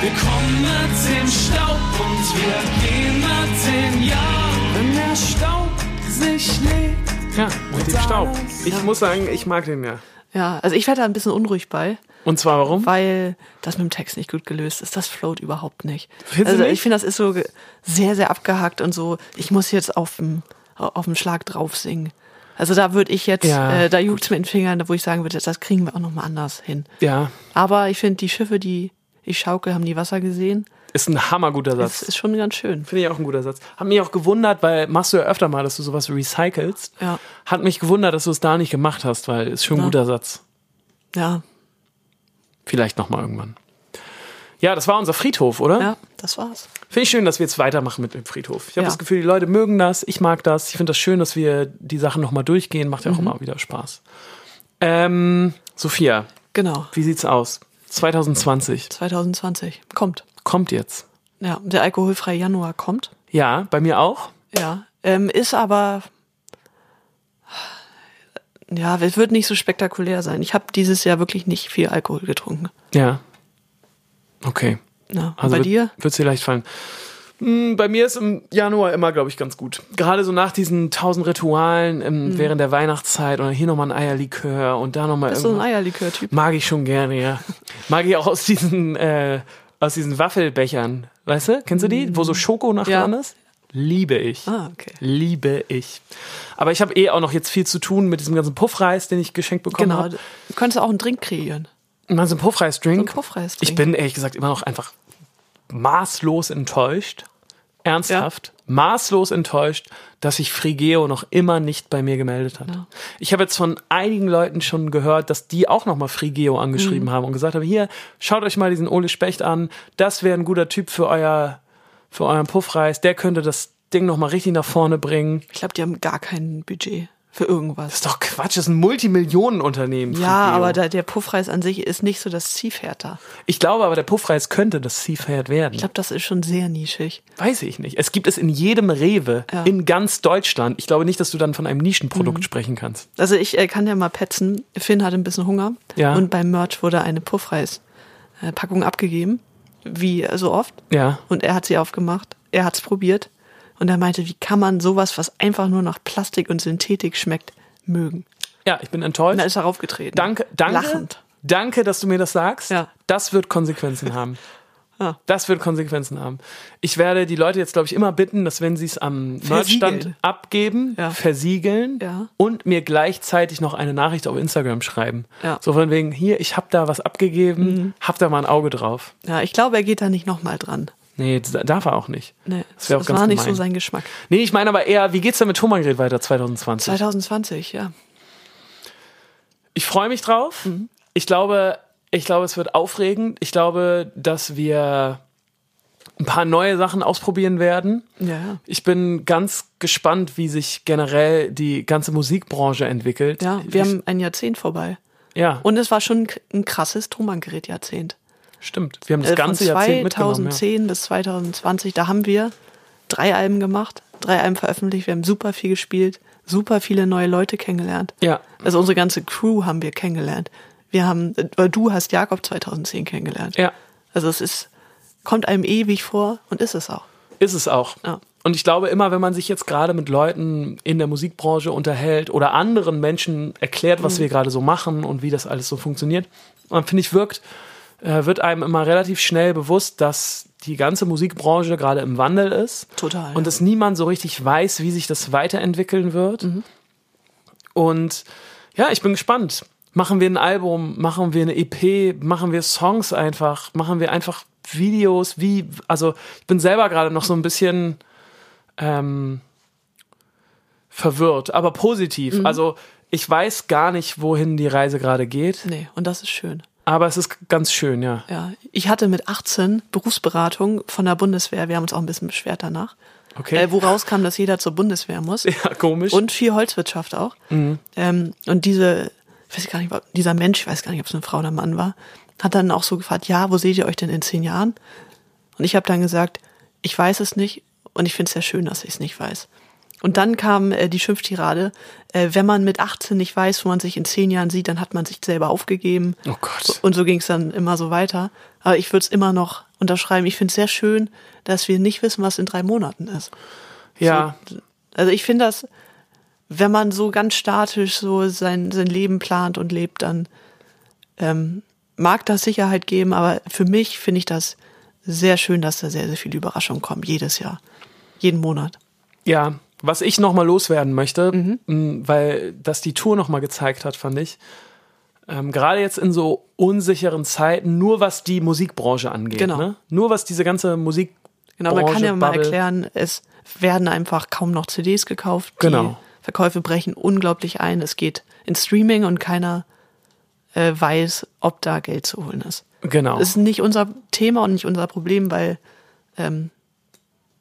Speaker 4: Wir kommen mit dem Staub und wir gehen mit den Jahren. Wenn der Staub sich legt,
Speaker 2: Ja, mit dem Staub. Ich muss sagen, ich mag den ja.
Speaker 3: Ja, also ich werde da ein bisschen unruhig bei,
Speaker 2: Und zwar warum?
Speaker 3: weil das mit dem Text nicht gut gelöst ist. Das float überhaupt nicht.
Speaker 2: Findest du
Speaker 3: also
Speaker 2: nicht?
Speaker 3: ich finde, das ist so ge- sehr, sehr abgehackt und so, ich muss jetzt auf dem, auf dem Schlag drauf singen. Also da würde ich jetzt,
Speaker 2: Ja.
Speaker 3: äh, da juckt's mit den Fingern, wo ich sagen würde, das kriegen wir auch nochmal anders hin.
Speaker 2: Ja,
Speaker 3: Aber ich finde, die Schiffe, die ich schaukel, haben nie Wasser gesehen.
Speaker 2: ist ein hammerguter
Speaker 3: Das
Speaker 2: Satz.
Speaker 3: ist schon ganz schön.
Speaker 2: Finde ich auch ein guter Satz. Hat mich auch gewundert, weil machst du ja öfter mal, dass du sowas recycelst.
Speaker 3: Ja.
Speaker 2: Hat mich gewundert, dass du es da nicht gemacht hast, weil ist schon ein
Speaker 3: Ja.
Speaker 2: guter Satz.
Speaker 3: Ja,
Speaker 2: Vielleicht nochmal irgendwann. Ja, das war unser Friedhof, oder?
Speaker 3: ja, das war's.
Speaker 2: Finde ich schön, dass wir jetzt weitermachen mit dem Friedhof. Ich habe
Speaker 3: Ja.
Speaker 2: das Gefühl, die Leute mögen das, ich mag das. Ich finde das schön, dass wir die Sachen nochmal durchgehen. Macht ja
Speaker 3: Mhm.
Speaker 2: auch immer wieder Spaß. Ähm, Sophia,
Speaker 3: Genau.
Speaker 2: wie sieht's aus? 2020
Speaker 3: 2020 kommt.
Speaker 2: kommt jetzt.
Speaker 3: Ja, der alkoholfreie Januar kommt.
Speaker 2: Ja, bei mir auch.
Speaker 3: Ja, ähm, ist aber ja, es wird nicht so spektakulär sein. Ich habe dieses Jahr wirklich nicht viel Alkohol getrunken.
Speaker 2: Ja. Okay. Also
Speaker 3: Ja, und bei
Speaker 2: wird-
Speaker 3: dir?
Speaker 2: Wird's dir leicht fallen. Hm, Bei mir ist im Januar immer, glaube ich, ganz gut. Gerade so nach diesen tausend Ritualen im,
Speaker 3: Hm.
Speaker 2: während der Weihnachtszeit oder hier nochmal ein Eierlikör und da nochmal
Speaker 3: Bist du so ein
Speaker 2: irgendwas.
Speaker 3: Eierlikör-Typ?
Speaker 2: Mag ich schon gerne, ja. Mag ich auch aus diesen, äh, aus diesen Waffelbechern. Weißt du? Kennst du die? Wo so Schoko nach
Speaker 3: Hm. Ja.
Speaker 2: dran ist? Liebe ich.
Speaker 3: Ah, okay.
Speaker 2: Liebe ich. Aber ich habe eh auch noch jetzt viel zu tun mit diesem ganzen Puffreis, den ich geschenkt bekommen
Speaker 3: Genau.
Speaker 2: habe.
Speaker 3: Du könntest auch einen Drink kreieren.
Speaker 2: Genau. Mal so einen Puffreis-Drink.
Speaker 3: So einen Puffreis-Drink.
Speaker 2: Ich bin ehrlich gesagt immer noch einfach maßlos enttäuscht. Ernsthaft. Maßlos enttäuscht, dass sich Frigeo noch immer nicht bei mir gemeldet hat.
Speaker 3: Ja.
Speaker 2: Ich habe jetzt von einigen Leuten schon gehört, dass die auch nochmal Frigeo
Speaker 3: Mhm.
Speaker 2: angeschrieben haben und gesagt haben, hier, schaut euch mal diesen Ole Specht an, das wäre ein guter Typ für, euer, für euren Puffreis, der könnte das Ding nochmal richtig nach vorne bringen.
Speaker 3: Ich glaube, die haben gar kein Budget für irgendwas.
Speaker 2: Das ist doch Quatsch, das ist ein Multimillionenunternehmen.
Speaker 3: Ja,
Speaker 2: Frigeo.
Speaker 3: aber der, der Puffreis an sich ist nicht so das Ziehfährter.
Speaker 2: ich glaube aber, der Puffreis könnte das Seafair werden.
Speaker 3: Ich glaube, das ist schon sehr nischig.
Speaker 2: Weiß ich nicht. Es gibt es in jedem Rewe
Speaker 3: Ja.
Speaker 2: in ganz Deutschland. Ich glaube nicht, dass du dann von einem Nischenprodukt sprechen kannst.
Speaker 3: Also ich äh, kann ja mal petzen. Finn hatte ein bisschen Hunger.
Speaker 2: Ja.
Speaker 3: Und beim Merch wurde eine Puffreis-Packung abgegeben. Wie äh, so oft.
Speaker 2: Ja.
Speaker 3: Und er hat sie aufgemacht. Er hat's probiert. Und er meinte, wie kann man sowas, was einfach nur nach Plastik und Synthetik schmeckt, mögen?
Speaker 2: Ja, ich bin
Speaker 3: Und
Speaker 2: enttäuscht.
Speaker 3: da ist er raufgetreten.
Speaker 2: danke, danke.
Speaker 3: Lachend.
Speaker 2: Danke, dass du mir das sagst.
Speaker 3: Ja.
Speaker 2: Das wird Konsequenzen haben.
Speaker 3: Ja.
Speaker 2: Das wird Konsequenzen haben. Ich werde die Leute jetzt, glaube ich, immer bitten, dass wenn sie es am
Speaker 3: Versiegeln.
Speaker 2: Merchstand abgeben,
Speaker 3: Ja.
Speaker 2: versiegeln
Speaker 3: Ja.
Speaker 2: und mir gleichzeitig noch eine Nachricht auf Instagram schreiben.
Speaker 3: Ja. Mhm.
Speaker 2: So von wegen, hier, ich habe da was abgegeben, hab da mal ein Auge drauf.
Speaker 3: Ja, ich glaube, er geht da nicht nochmal dran.
Speaker 2: Nee, das darf er auch nicht.
Speaker 3: Nee,
Speaker 2: das
Speaker 3: das,
Speaker 2: wäre auch ganz
Speaker 3: war nicht so
Speaker 2: gemein.
Speaker 3: sein Geschmack.
Speaker 2: Nee, ich meine aber eher, wie geht's denn mit Thomann-Gerät weiter 2020?
Speaker 3: 2020, ja.
Speaker 2: Ich freue mich drauf.
Speaker 3: Mhm.
Speaker 2: Ich glaube, ich glaube, es wird aufregend. Ich glaube, dass wir ein paar neue Sachen ausprobieren werden.
Speaker 3: Ja, ja.
Speaker 2: Ich bin ganz gespannt, wie sich generell die ganze Musikbranche entwickelt.
Speaker 3: Ja, wir haben ein Jahrzehnt vorbei.
Speaker 2: ja,
Speaker 3: Und es war schon ein krasses Thomann-Gerät-Jahrzehnt.
Speaker 2: stimmt. Wir haben das
Speaker 3: Äh,
Speaker 2: ganze
Speaker 3: von
Speaker 2: Jahrzehnt mitgenommen. Ja.
Speaker 3: 2010 bis 2020, da haben wir drei Alben gemacht, drei Alben veröffentlicht, wir haben super viel gespielt, super viele neue Leute kennengelernt.
Speaker 2: Ja.
Speaker 3: Also unsere ganze Crew haben wir kennengelernt. Wir haben, weil du hast Jakob 2010 kennengelernt.
Speaker 2: Ja.
Speaker 3: Also es ist, kommt einem ewig vor und ist es auch.
Speaker 2: Ist es auch.
Speaker 3: Ja.
Speaker 2: Und ich glaube immer, wenn man sich jetzt gerade mit Leuten in der Musikbranche unterhält oder anderen Menschen erklärt,
Speaker 3: Mhm.
Speaker 2: was wir gerade so machen und wie das alles so funktioniert, dann finde ich, wirkt, äh, wird einem immer relativ schnell bewusst, dass die ganze Musikbranche gerade im Wandel ist.
Speaker 3: Total, ja.
Speaker 2: Und dass niemand so richtig weiß, wie sich das weiterentwickeln wird.
Speaker 3: Mhm.
Speaker 2: Und ja, ich bin gespannt. Machen wir ein Album, machen wir eine EP, machen wir Songs einfach, machen wir einfach Videos, wie, also ich bin selber gerade noch so ein bisschen ähm, verwirrt, aber positiv.
Speaker 3: Mhm.
Speaker 2: Also ich weiß gar nicht, wohin die Reise gerade geht,
Speaker 3: Nee, und das ist schön.
Speaker 2: aber es ist ganz schön, ja.
Speaker 3: Ja, ich hatte mit 18 Berufsberatung von der Bundeswehr. Wir haben uns auch ein bisschen beschwert danach.
Speaker 2: Okay.
Speaker 3: Äh, woraus kam, dass jeder zur Bundeswehr muss.
Speaker 2: Ja, komisch.
Speaker 3: Und viel Holzwirtschaft auch.
Speaker 2: Mhm.
Speaker 3: Ähm, und diese, ich weiß gar nicht, ob- dieser Mensch, ich weiß gar nicht, ob es eine Frau oder ein Mann war, hat dann auch so gefragt, ja, wo seht ihr euch denn in zehn Jahren? Und ich habe dann gesagt, ich weiß es nicht und ich finde es sehr schön, dass ich es nicht weiß. Und dann kam äh, die Schimpftirade, äh, wenn man mit 18 nicht weiß, wo man sich in 10 Jahren sieht, dann hat man sich selber aufgegeben.
Speaker 2: Oh Gott.
Speaker 3: So- Und so ging es dann immer so weiter. Aber ich würde es immer noch unterschreiben. Ich finde es sehr schön, dass wir nicht wissen, was in drei Monaten ist.
Speaker 2: Ja.
Speaker 3: So, also ich finde das, wenn man so ganz statisch so sein, sein Leben plant und lebt, dann ähm, mag das Sicherheit geben, aber für mich finde ich das sehr schön, dass da sehr, sehr viele Überraschungen kommen, jedes Jahr, jeden Monat.
Speaker 2: Ja, was ich nochmal loswerden möchte,
Speaker 3: Mhm.
Speaker 2: m, weil das die Tour nochmal gezeigt hat, fand ich. Ähm, gerade jetzt in so unsicheren Zeiten, nur was die Musikbranche angeht.
Speaker 3: Genau.
Speaker 2: Ne? Nur was diese ganze Musik.
Speaker 3: Genau, man kann ja mal
Speaker 2: Bubble-
Speaker 3: erklären, es werden einfach kaum noch CDs gekauft. Die
Speaker 2: Genau.
Speaker 3: Verkäufe brechen unglaublich ein. Es geht ins Streaming und keiner äh, weiß, ob da Geld zu holen ist.
Speaker 2: Genau.
Speaker 3: Ist nicht unser Thema und nicht unser Problem, weil ähm,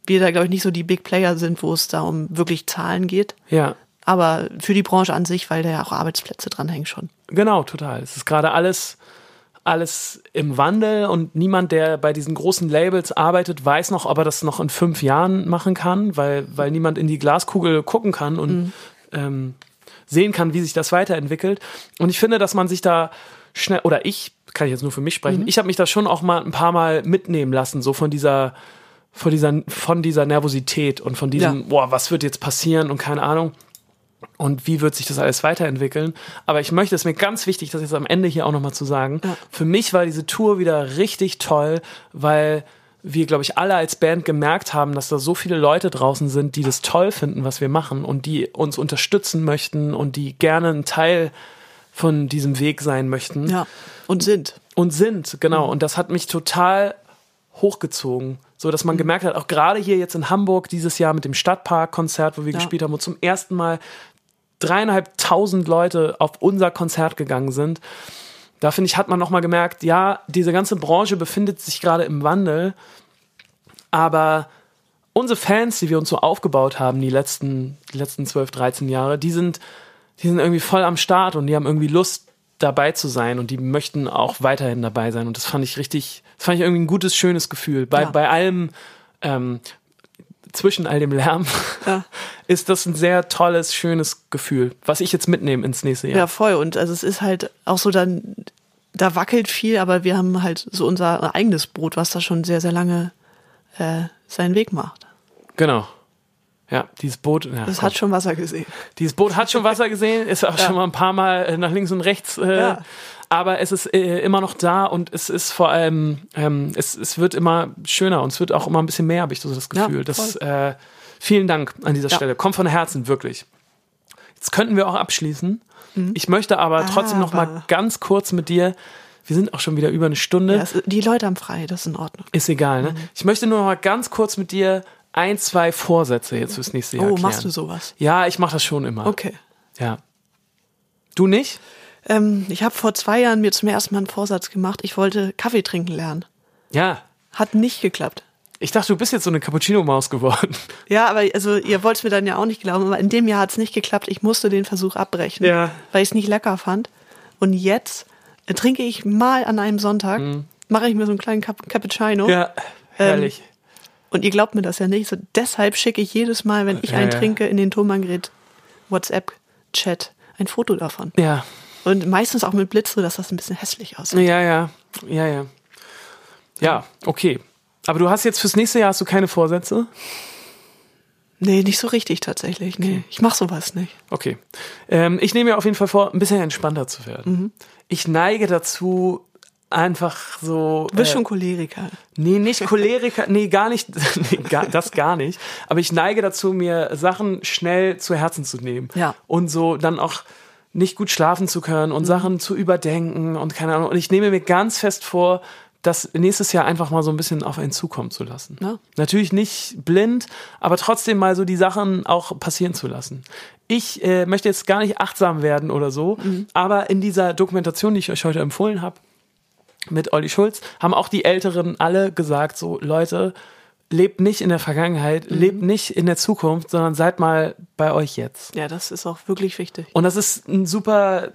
Speaker 3: wir da, glaube ich, nicht so die Big Player sind, wo es da um wirklich Zahlen geht.
Speaker 2: ja.
Speaker 3: Aber für die Branche an sich, weil da ja auch Arbeitsplätze dranhängen schon.
Speaker 2: Genau, total. Es ist gerade alles, alles im Wandel und niemand, der bei diesen großen Labels arbeitet, weiß noch, ob er das noch in fünf Jahren machen kann, weil, weil niemand in die Glaskugel gucken kann und ähm, sehen kann, wie sich das weiterentwickelt. Und ich finde, dass man sich da schnell, oder ich, kann ich jetzt nur für mich sprechen, ich habe mich da schon auch mal ein paar Mal mitnehmen lassen, so von dieser von dieser, von dieser Nervosität und von diesem,
Speaker 3: Ja.
Speaker 2: boah, was wird jetzt passieren und keine Ahnung und wie wird sich das alles weiterentwickeln. Aber ich möchte, es ist mir ganz wichtig, das jetzt am Ende hier auch nochmal zu sagen. Für mich war diese Tour wieder richtig toll, weil wir, glaube ich, alle als Band gemerkt haben, dass da so viele Leute draußen sind, die das toll finden, was wir machen und die uns unterstützen möchten und die gerne ein Teil von diesem Weg sein möchten
Speaker 3: Ja. Und sind.
Speaker 2: und sind, genau. Und das hat mich total hochgezogen. So, dass man gemerkt hat, auch gerade hier jetzt in Hamburg dieses Jahr mit dem Stadtpark-Konzert, wo wir
Speaker 3: Ja.
Speaker 2: gespielt haben, wo zum ersten Mal dreieinhalbtausend Leute auf unser Konzert gegangen sind. Da finde ich, hat man nochmal gemerkt, ja, diese ganze Branche befindet sich gerade im Wandel, aber unsere Fans, die wir uns so aufgebaut haben, die letzten, die letzten 12, 13 Jahre, die sind, die sind irgendwie voll am Start und die haben irgendwie Lust, dabei zu sein und die möchten auch weiterhin dabei sein. Und das fand ich richtig, das fand ich irgendwie ein gutes, schönes Gefühl. Bei,
Speaker 3: Ja.
Speaker 2: bei allem, ähm, zwischen all dem Lärm, ist das ein sehr tolles, schönes Gefühl, was ich jetzt mitnehme ins nächste Jahr.
Speaker 3: Ja, voll. Und also es ist halt auch so dann, da wackelt viel, aber wir haben halt so unser eigenes Brot, was da schon sehr, sehr lange äh, seinen Weg macht.
Speaker 2: Genau. Ja, dieses Boot. Ja, oh
Speaker 3: Das
Speaker 2: komm.
Speaker 3: hat schon Wasser gesehen.
Speaker 2: Dieses Boot hat schon Wasser gesehen, ist auch
Speaker 3: Ja.
Speaker 2: schon mal ein paar Mal äh, nach links und rechts, äh,
Speaker 3: Ja.
Speaker 2: aber es ist äh, immer noch da und es ist vor allem, ähm, es, es wird immer schöner und es wird auch immer ein bisschen mehr, habe ich so das
Speaker 3: Ja,
Speaker 2: Gefühl. das,
Speaker 3: voll.
Speaker 2: äh, vielen Dank an dieser
Speaker 3: Ja.
Speaker 2: Stelle. Kommt von Herzen, wirklich. Jetzt könnten wir auch abschließen. Ich möchte aber, trotzdem noch mal
Speaker 3: Mhm. Aber.
Speaker 2: ganz kurz mit dir, wir sind auch schon wieder über eine Stunde,
Speaker 3: Ja, es, die Leute haben frei, das ist in Ordnung.
Speaker 2: ist egal. Ne?
Speaker 3: Mhm.
Speaker 2: Ich möchte nur noch mal ganz kurz mit dir ein, zwei Vorsätze jetzt fürs nächste Jahr
Speaker 3: oh,
Speaker 2: klären.
Speaker 3: machst du sowas?
Speaker 2: Ja, ich mache das schon immer.
Speaker 3: Okay.
Speaker 2: Ja. Du nicht?
Speaker 3: Ähm, ich habe vor zwei Jahren mir zum ersten Mal einen Vorsatz gemacht. Ich wollte Kaffee trinken lernen.
Speaker 2: Ja.
Speaker 3: Hat nicht geklappt.
Speaker 2: Ich dachte, du bist jetzt so eine Cappuccino-Maus geworden.
Speaker 3: Ja, aber also ihr wollt es mir dann ja auch nicht glauben, aber in dem Jahr hat es nicht geklappt. Ich musste den Versuch abbrechen,
Speaker 2: Ja.
Speaker 3: weil ich es nicht lecker fand. Und jetzt äh, trinke ich mal an einem Sonntag, mache ich mir so einen kleinen Cap Cappuccino.
Speaker 2: Mhm. Ja, herrlich.
Speaker 3: Und ihr glaubt mir das ja nicht. So, deshalb schicke ich jedes Mal, wenn ich
Speaker 2: Ja,
Speaker 3: einen
Speaker 2: ja.
Speaker 3: trinke, in den Thomann-Gerät WhatsApp-Chat ein Foto davon.
Speaker 2: Ähm, ja.
Speaker 3: Und meistens auch mit Blitz, so dass das ein bisschen hässlich aussieht.
Speaker 2: Ja, ja. Ja, ja. Ja, okay. Aber du hast jetzt fürs nächste Jahr hast du keine Vorsätze?
Speaker 3: Nee, nicht so richtig tatsächlich. Nee, ich mache sowas nicht.
Speaker 2: Okay. Ähm, ich nehme mir auf jeden Fall vor, ein bisschen entspannter zu werden. Ich neige dazu, einfach so.
Speaker 3: Du bist
Speaker 2: äh,
Speaker 3: schon Choleriker.
Speaker 2: Nee, nicht Choleriker, nee, gar nicht, nee, gar, das gar nicht. Aber ich neige dazu, mir Sachen schnell zu Herzen zu nehmen.
Speaker 3: Ja. Mhm.
Speaker 2: Und so dann auch nicht gut schlafen zu können und Sachen zu überdenken und keine Ahnung. Und ich nehme mir ganz fest vor, das nächstes Jahr einfach mal so ein bisschen auf einen zukommen zu lassen.
Speaker 3: Ja.
Speaker 2: Natürlich nicht blind, aber trotzdem mal so die Sachen auch passieren zu lassen. Ich äh, möchte jetzt gar nicht achtsam werden oder so,
Speaker 3: Mhm.
Speaker 2: aber in dieser Dokumentation, die ich euch heute empfohlen habe, mit Olli Schulz, haben auch die Älteren alle gesagt, so Leute, lebt nicht in der Vergangenheit,
Speaker 3: Mhm.
Speaker 2: lebt nicht in der Zukunft, sondern seid mal bei euch jetzt.
Speaker 3: Ja, das ist auch wirklich wichtig.
Speaker 2: Und das ist ein super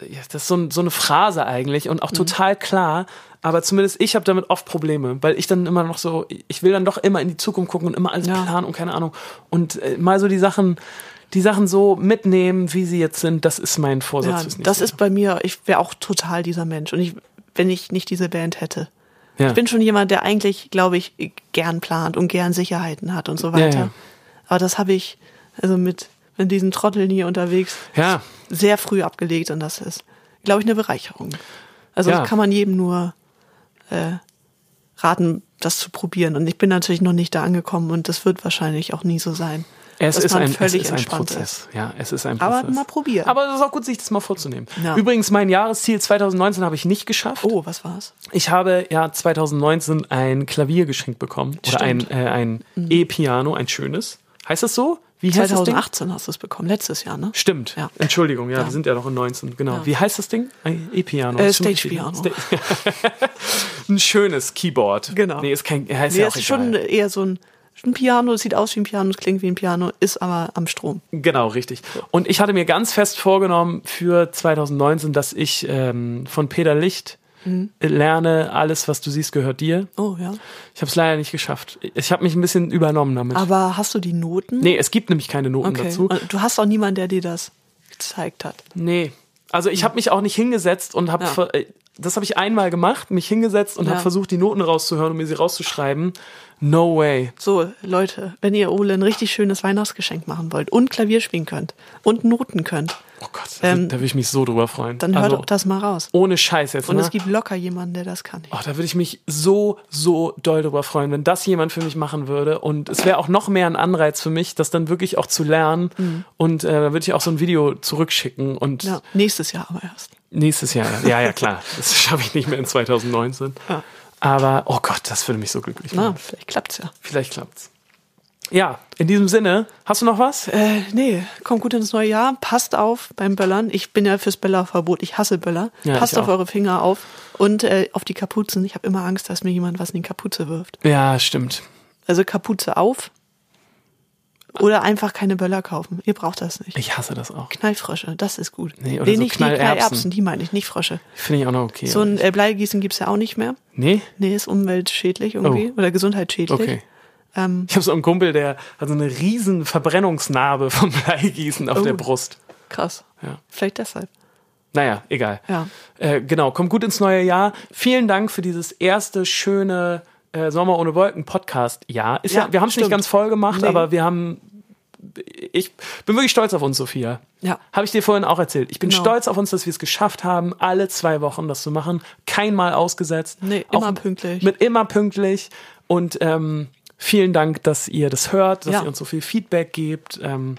Speaker 2: ja, das ist so, ein, so eine Phrase eigentlich und auch
Speaker 3: Mhm.
Speaker 2: total klar. Aber zumindest ich habe damit oft Probleme, weil ich dann immer noch so, ich will dann doch immer in die Zukunft gucken und immer alles
Speaker 3: Ja.
Speaker 2: planen und keine Ahnung. Und äh, mal so die Sachen, die Sachen so mitnehmen, wie sie jetzt sind, das ist mein Vorsatz.
Speaker 3: Ja,
Speaker 2: fürs nächste
Speaker 3: das
Speaker 2: Jahr.
Speaker 3: ist bei mir, ich wäre auch total dieser Mensch. Und ich, wenn ich nicht diese Band hätte.
Speaker 2: ja.
Speaker 3: Ich bin schon jemand, der eigentlich, glaube ich, gern plant und gern Sicherheiten hat und so
Speaker 2: Ja, ja.
Speaker 3: weiter. Aber das habe ich, also mit, mit diesen Trotteln hier unterwegs,
Speaker 2: Ja.
Speaker 3: sehr früh abgelegt und das ist, glaube ich, eine Bereicherung. Also
Speaker 2: Ja.
Speaker 3: das kann man jedem nur äh, raten, das zu probieren. Und ich bin natürlich noch nicht da angekommen und das wird wahrscheinlich auch nie so sein.
Speaker 2: Es
Speaker 3: dass
Speaker 2: ist,
Speaker 3: man
Speaker 2: ein, es
Speaker 3: völlig
Speaker 2: ist ein
Speaker 3: entspannt
Speaker 2: Prozess. Ja, es ist ein Prozess.
Speaker 3: Aber mal probieren.
Speaker 2: Aber es ist auch gut, sich das mal vorzunehmen.
Speaker 3: Ja.
Speaker 2: Übrigens, mein Jahresziel 2019 habe ich nicht geschafft.
Speaker 3: Oh, was war's?
Speaker 2: Ich habe ja 2019 ein Klavier geschenkt bekommen. Oder ein,
Speaker 3: Stimmt. Mhm.
Speaker 2: äh, ein E-Piano, ein schönes. Heißt das so? Wie heißt das Ding?
Speaker 3: 2018 hast du es bekommen, letztes Jahr, ne?
Speaker 2: Stimmt.
Speaker 3: Ja.
Speaker 2: Entschuldigung, ja,
Speaker 3: Ja.
Speaker 2: wir sind ja noch in 19. Genau.
Speaker 3: Ja.
Speaker 2: Wie heißt das Ding? Ein E-Piano.
Speaker 3: Äh,
Speaker 2: Ist schon richtig,
Speaker 3: Stage-Piano.
Speaker 2: ne? Sta- ein schönes Keyboard.
Speaker 3: Genau.
Speaker 2: Nee, ist kein, heißt
Speaker 3: Nee,
Speaker 2: ja auch
Speaker 3: es ist schon
Speaker 2: egal.
Speaker 3: eher so ein, ein Piano, es sieht aus wie ein Piano, es klingt wie ein Piano, ist aber am Strom.
Speaker 2: Genau, richtig. Und ich hatte mir ganz fest vorgenommen für 2019, dass ich ähm, von Peter Licht lerne, alles, was du siehst, gehört dir.
Speaker 3: Mhm. Oh ja.
Speaker 2: Ich habe es leider nicht geschafft. Ich habe mich ein bisschen übernommen damit.
Speaker 3: Aber hast du die Noten?
Speaker 2: nee, es gibt nämlich keine Noten
Speaker 3: Ah. okay. Ah.
Speaker 2: dazu.
Speaker 3: Und du hast auch niemanden, der dir das gezeigt hat.
Speaker 2: Nee. Also ich habe mich auch nicht hingesetzt und habe
Speaker 3: Ja.
Speaker 2: ver- äh, das habe ich einmal gemacht, mich hingesetzt und
Speaker 3: Ja.
Speaker 2: habe versucht, die Noten rauszuhören und mir sie rauszuschreiben. No way.
Speaker 3: So, Leute, wenn ihr Ole ein richtig schönes Weihnachtsgeschenk machen wollt und Klavier spielen könnt und Noten könnt,
Speaker 2: Oh Gott,
Speaker 3: Ähm,
Speaker 2: da würde ich mich so drüber freuen.
Speaker 3: dann hört
Speaker 2: also,
Speaker 3: auch das mal raus.
Speaker 2: Ohne Scheiß jetzt.
Speaker 3: Und
Speaker 2: ne?
Speaker 3: es gibt locker jemanden, der das kann.
Speaker 2: Oh, da würde ich mich so, so doll drüber freuen, wenn das jemand für mich machen würde. Und es wäre auch noch mehr ein Anreiz für mich, das dann wirklich auch zu lernen. Und äh, dann würde ich auch so ein Video zurückschicken. Und
Speaker 3: Mhm. Ja, nächstes Jahr aber erst.
Speaker 2: nächstes Jahr, ja, ja, klar. Das schaffe ich nicht mehr in 2019.
Speaker 3: Ja.
Speaker 2: Aber, oh Gott, das würde mich so glücklich machen.
Speaker 3: Na, vielleicht klappt's ja.
Speaker 2: Vielleicht klappt's. Ja, in diesem Sinne, hast du noch was?
Speaker 3: Äh, nee, kommt gut ins neue Jahr. Passt auf beim Böllern. Ich bin ja fürs Böllerverbot. Ich hasse Böller.
Speaker 2: Ja, ich
Speaker 3: Passt auf
Speaker 2: auch.
Speaker 3: eure Finger auf und äh, auf die Kapuzen. Ich habe immer Angst, dass mir jemand was in die Kapuze wirft.
Speaker 2: Ja, stimmt.
Speaker 3: Also Kapuze auf oder einfach keine Böller kaufen. Ihr braucht das nicht.
Speaker 2: Ich hasse das auch.
Speaker 3: Knallfrösche, das ist gut.
Speaker 2: Nee, oder so
Speaker 3: nicht
Speaker 2: Knallerbsen.
Speaker 3: die Knallerbsen, die meine ich, nicht Frösche.
Speaker 2: Finde ich auch noch okay.
Speaker 3: So ein äh, Bleigießen gibt's ja auch nicht mehr.
Speaker 2: nee?
Speaker 3: Nee, ist umweltschädlich irgendwie oder gesundheitsschädlich.
Speaker 2: Oh. Okay.
Speaker 3: Ähm,
Speaker 2: Ich habe so einen Kumpel, der hat so eine riesen Verbrennungsnarbe vom Bleigießen auf
Speaker 3: Oh.
Speaker 2: der Brust.
Speaker 3: krass.
Speaker 2: Ja.
Speaker 3: Vielleicht deshalb.
Speaker 2: Naja, egal.
Speaker 3: Ja.
Speaker 2: Äh, genau, kommt gut ins neue Jahr. Vielen Dank für dieses erste schöne äh, Sommer ohne Wolken Podcast. Ja, ist ja,
Speaker 3: Ja,
Speaker 2: wir haben es nicht
Speaker 3: stimmt.
Speaker 2: ganz voll gemacht,
Speaker 3: Nee.
Speaker 2: aber wir haben. Ich bin wirklich stolz auf uns, Sophia.
Speaker 3: Ja.
Speaker 2: Habe ich dir vorhin auch erzählt. Ich bin
Speaker 3: Genau.
Speaker 2: stolz auf uns, dass wir es geschafft haben, alle zwei Wochen das zu machen. Kein Mal ausgesetzt.
Speaker 3: Nee, immer pünktlich.
Speaker 2: Mit immer pünktlich. Und ähm, vielen Dank, dass ihr das hört, dass
Speaker 3: Ja.
Speaker 2: ihr uns so viel Feedback gebt. Ähm,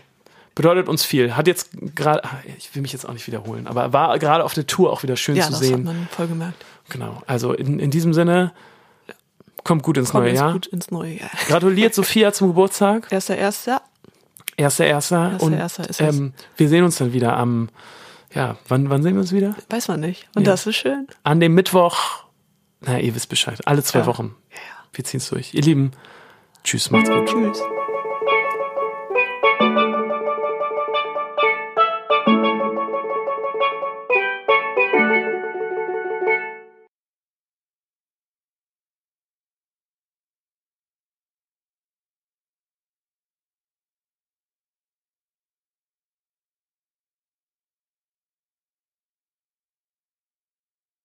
Speaker 2: bedeutet uns viel. Hat jetzt gerade, ah, ich will mich jetzt auch nicht wiederholen, aber war gerade auf der Tour auch wieder schön
Speaker 3: Ja,
Speaker 2: zu
Speaker 3: das hat
Speaker 2: sehen.
Speaker 3: man voll gemerkt.
Speaker 2: Genau. Also in, in diesem Sinne, kommt gut ins
Speaker 3: Kommt
Speaker 2: neue
Speaker 3: jetzt
Speaker 2: Jahr.
Speaker 3: gut ins neue Jahr.
Speaker 2: Gratuliert Sophia zum Geburtstag.
Speaker 3: Erster, erster.
Speaker 2: Erster, erster. Und
Speaker 3: Erster ist es.
Speaker 2: ähm, wir sehen uns dann wieder am, ja, wann, wann sehen wir uns wieder?
Speaker 3: Weiß man nicht. Und
Speaker 2: Ja.
Speaker 3: das ist schön.
Speaker 2: An dem Mittwoch. Na, ihr wisst Bescheid. Alle zwei Wochen.
Speaker 3: Ja.
Speaker 2: Wir ziehen's durch. Ihr Lieben, tschüss, macht's gut.
Speaker 3: Tschüss.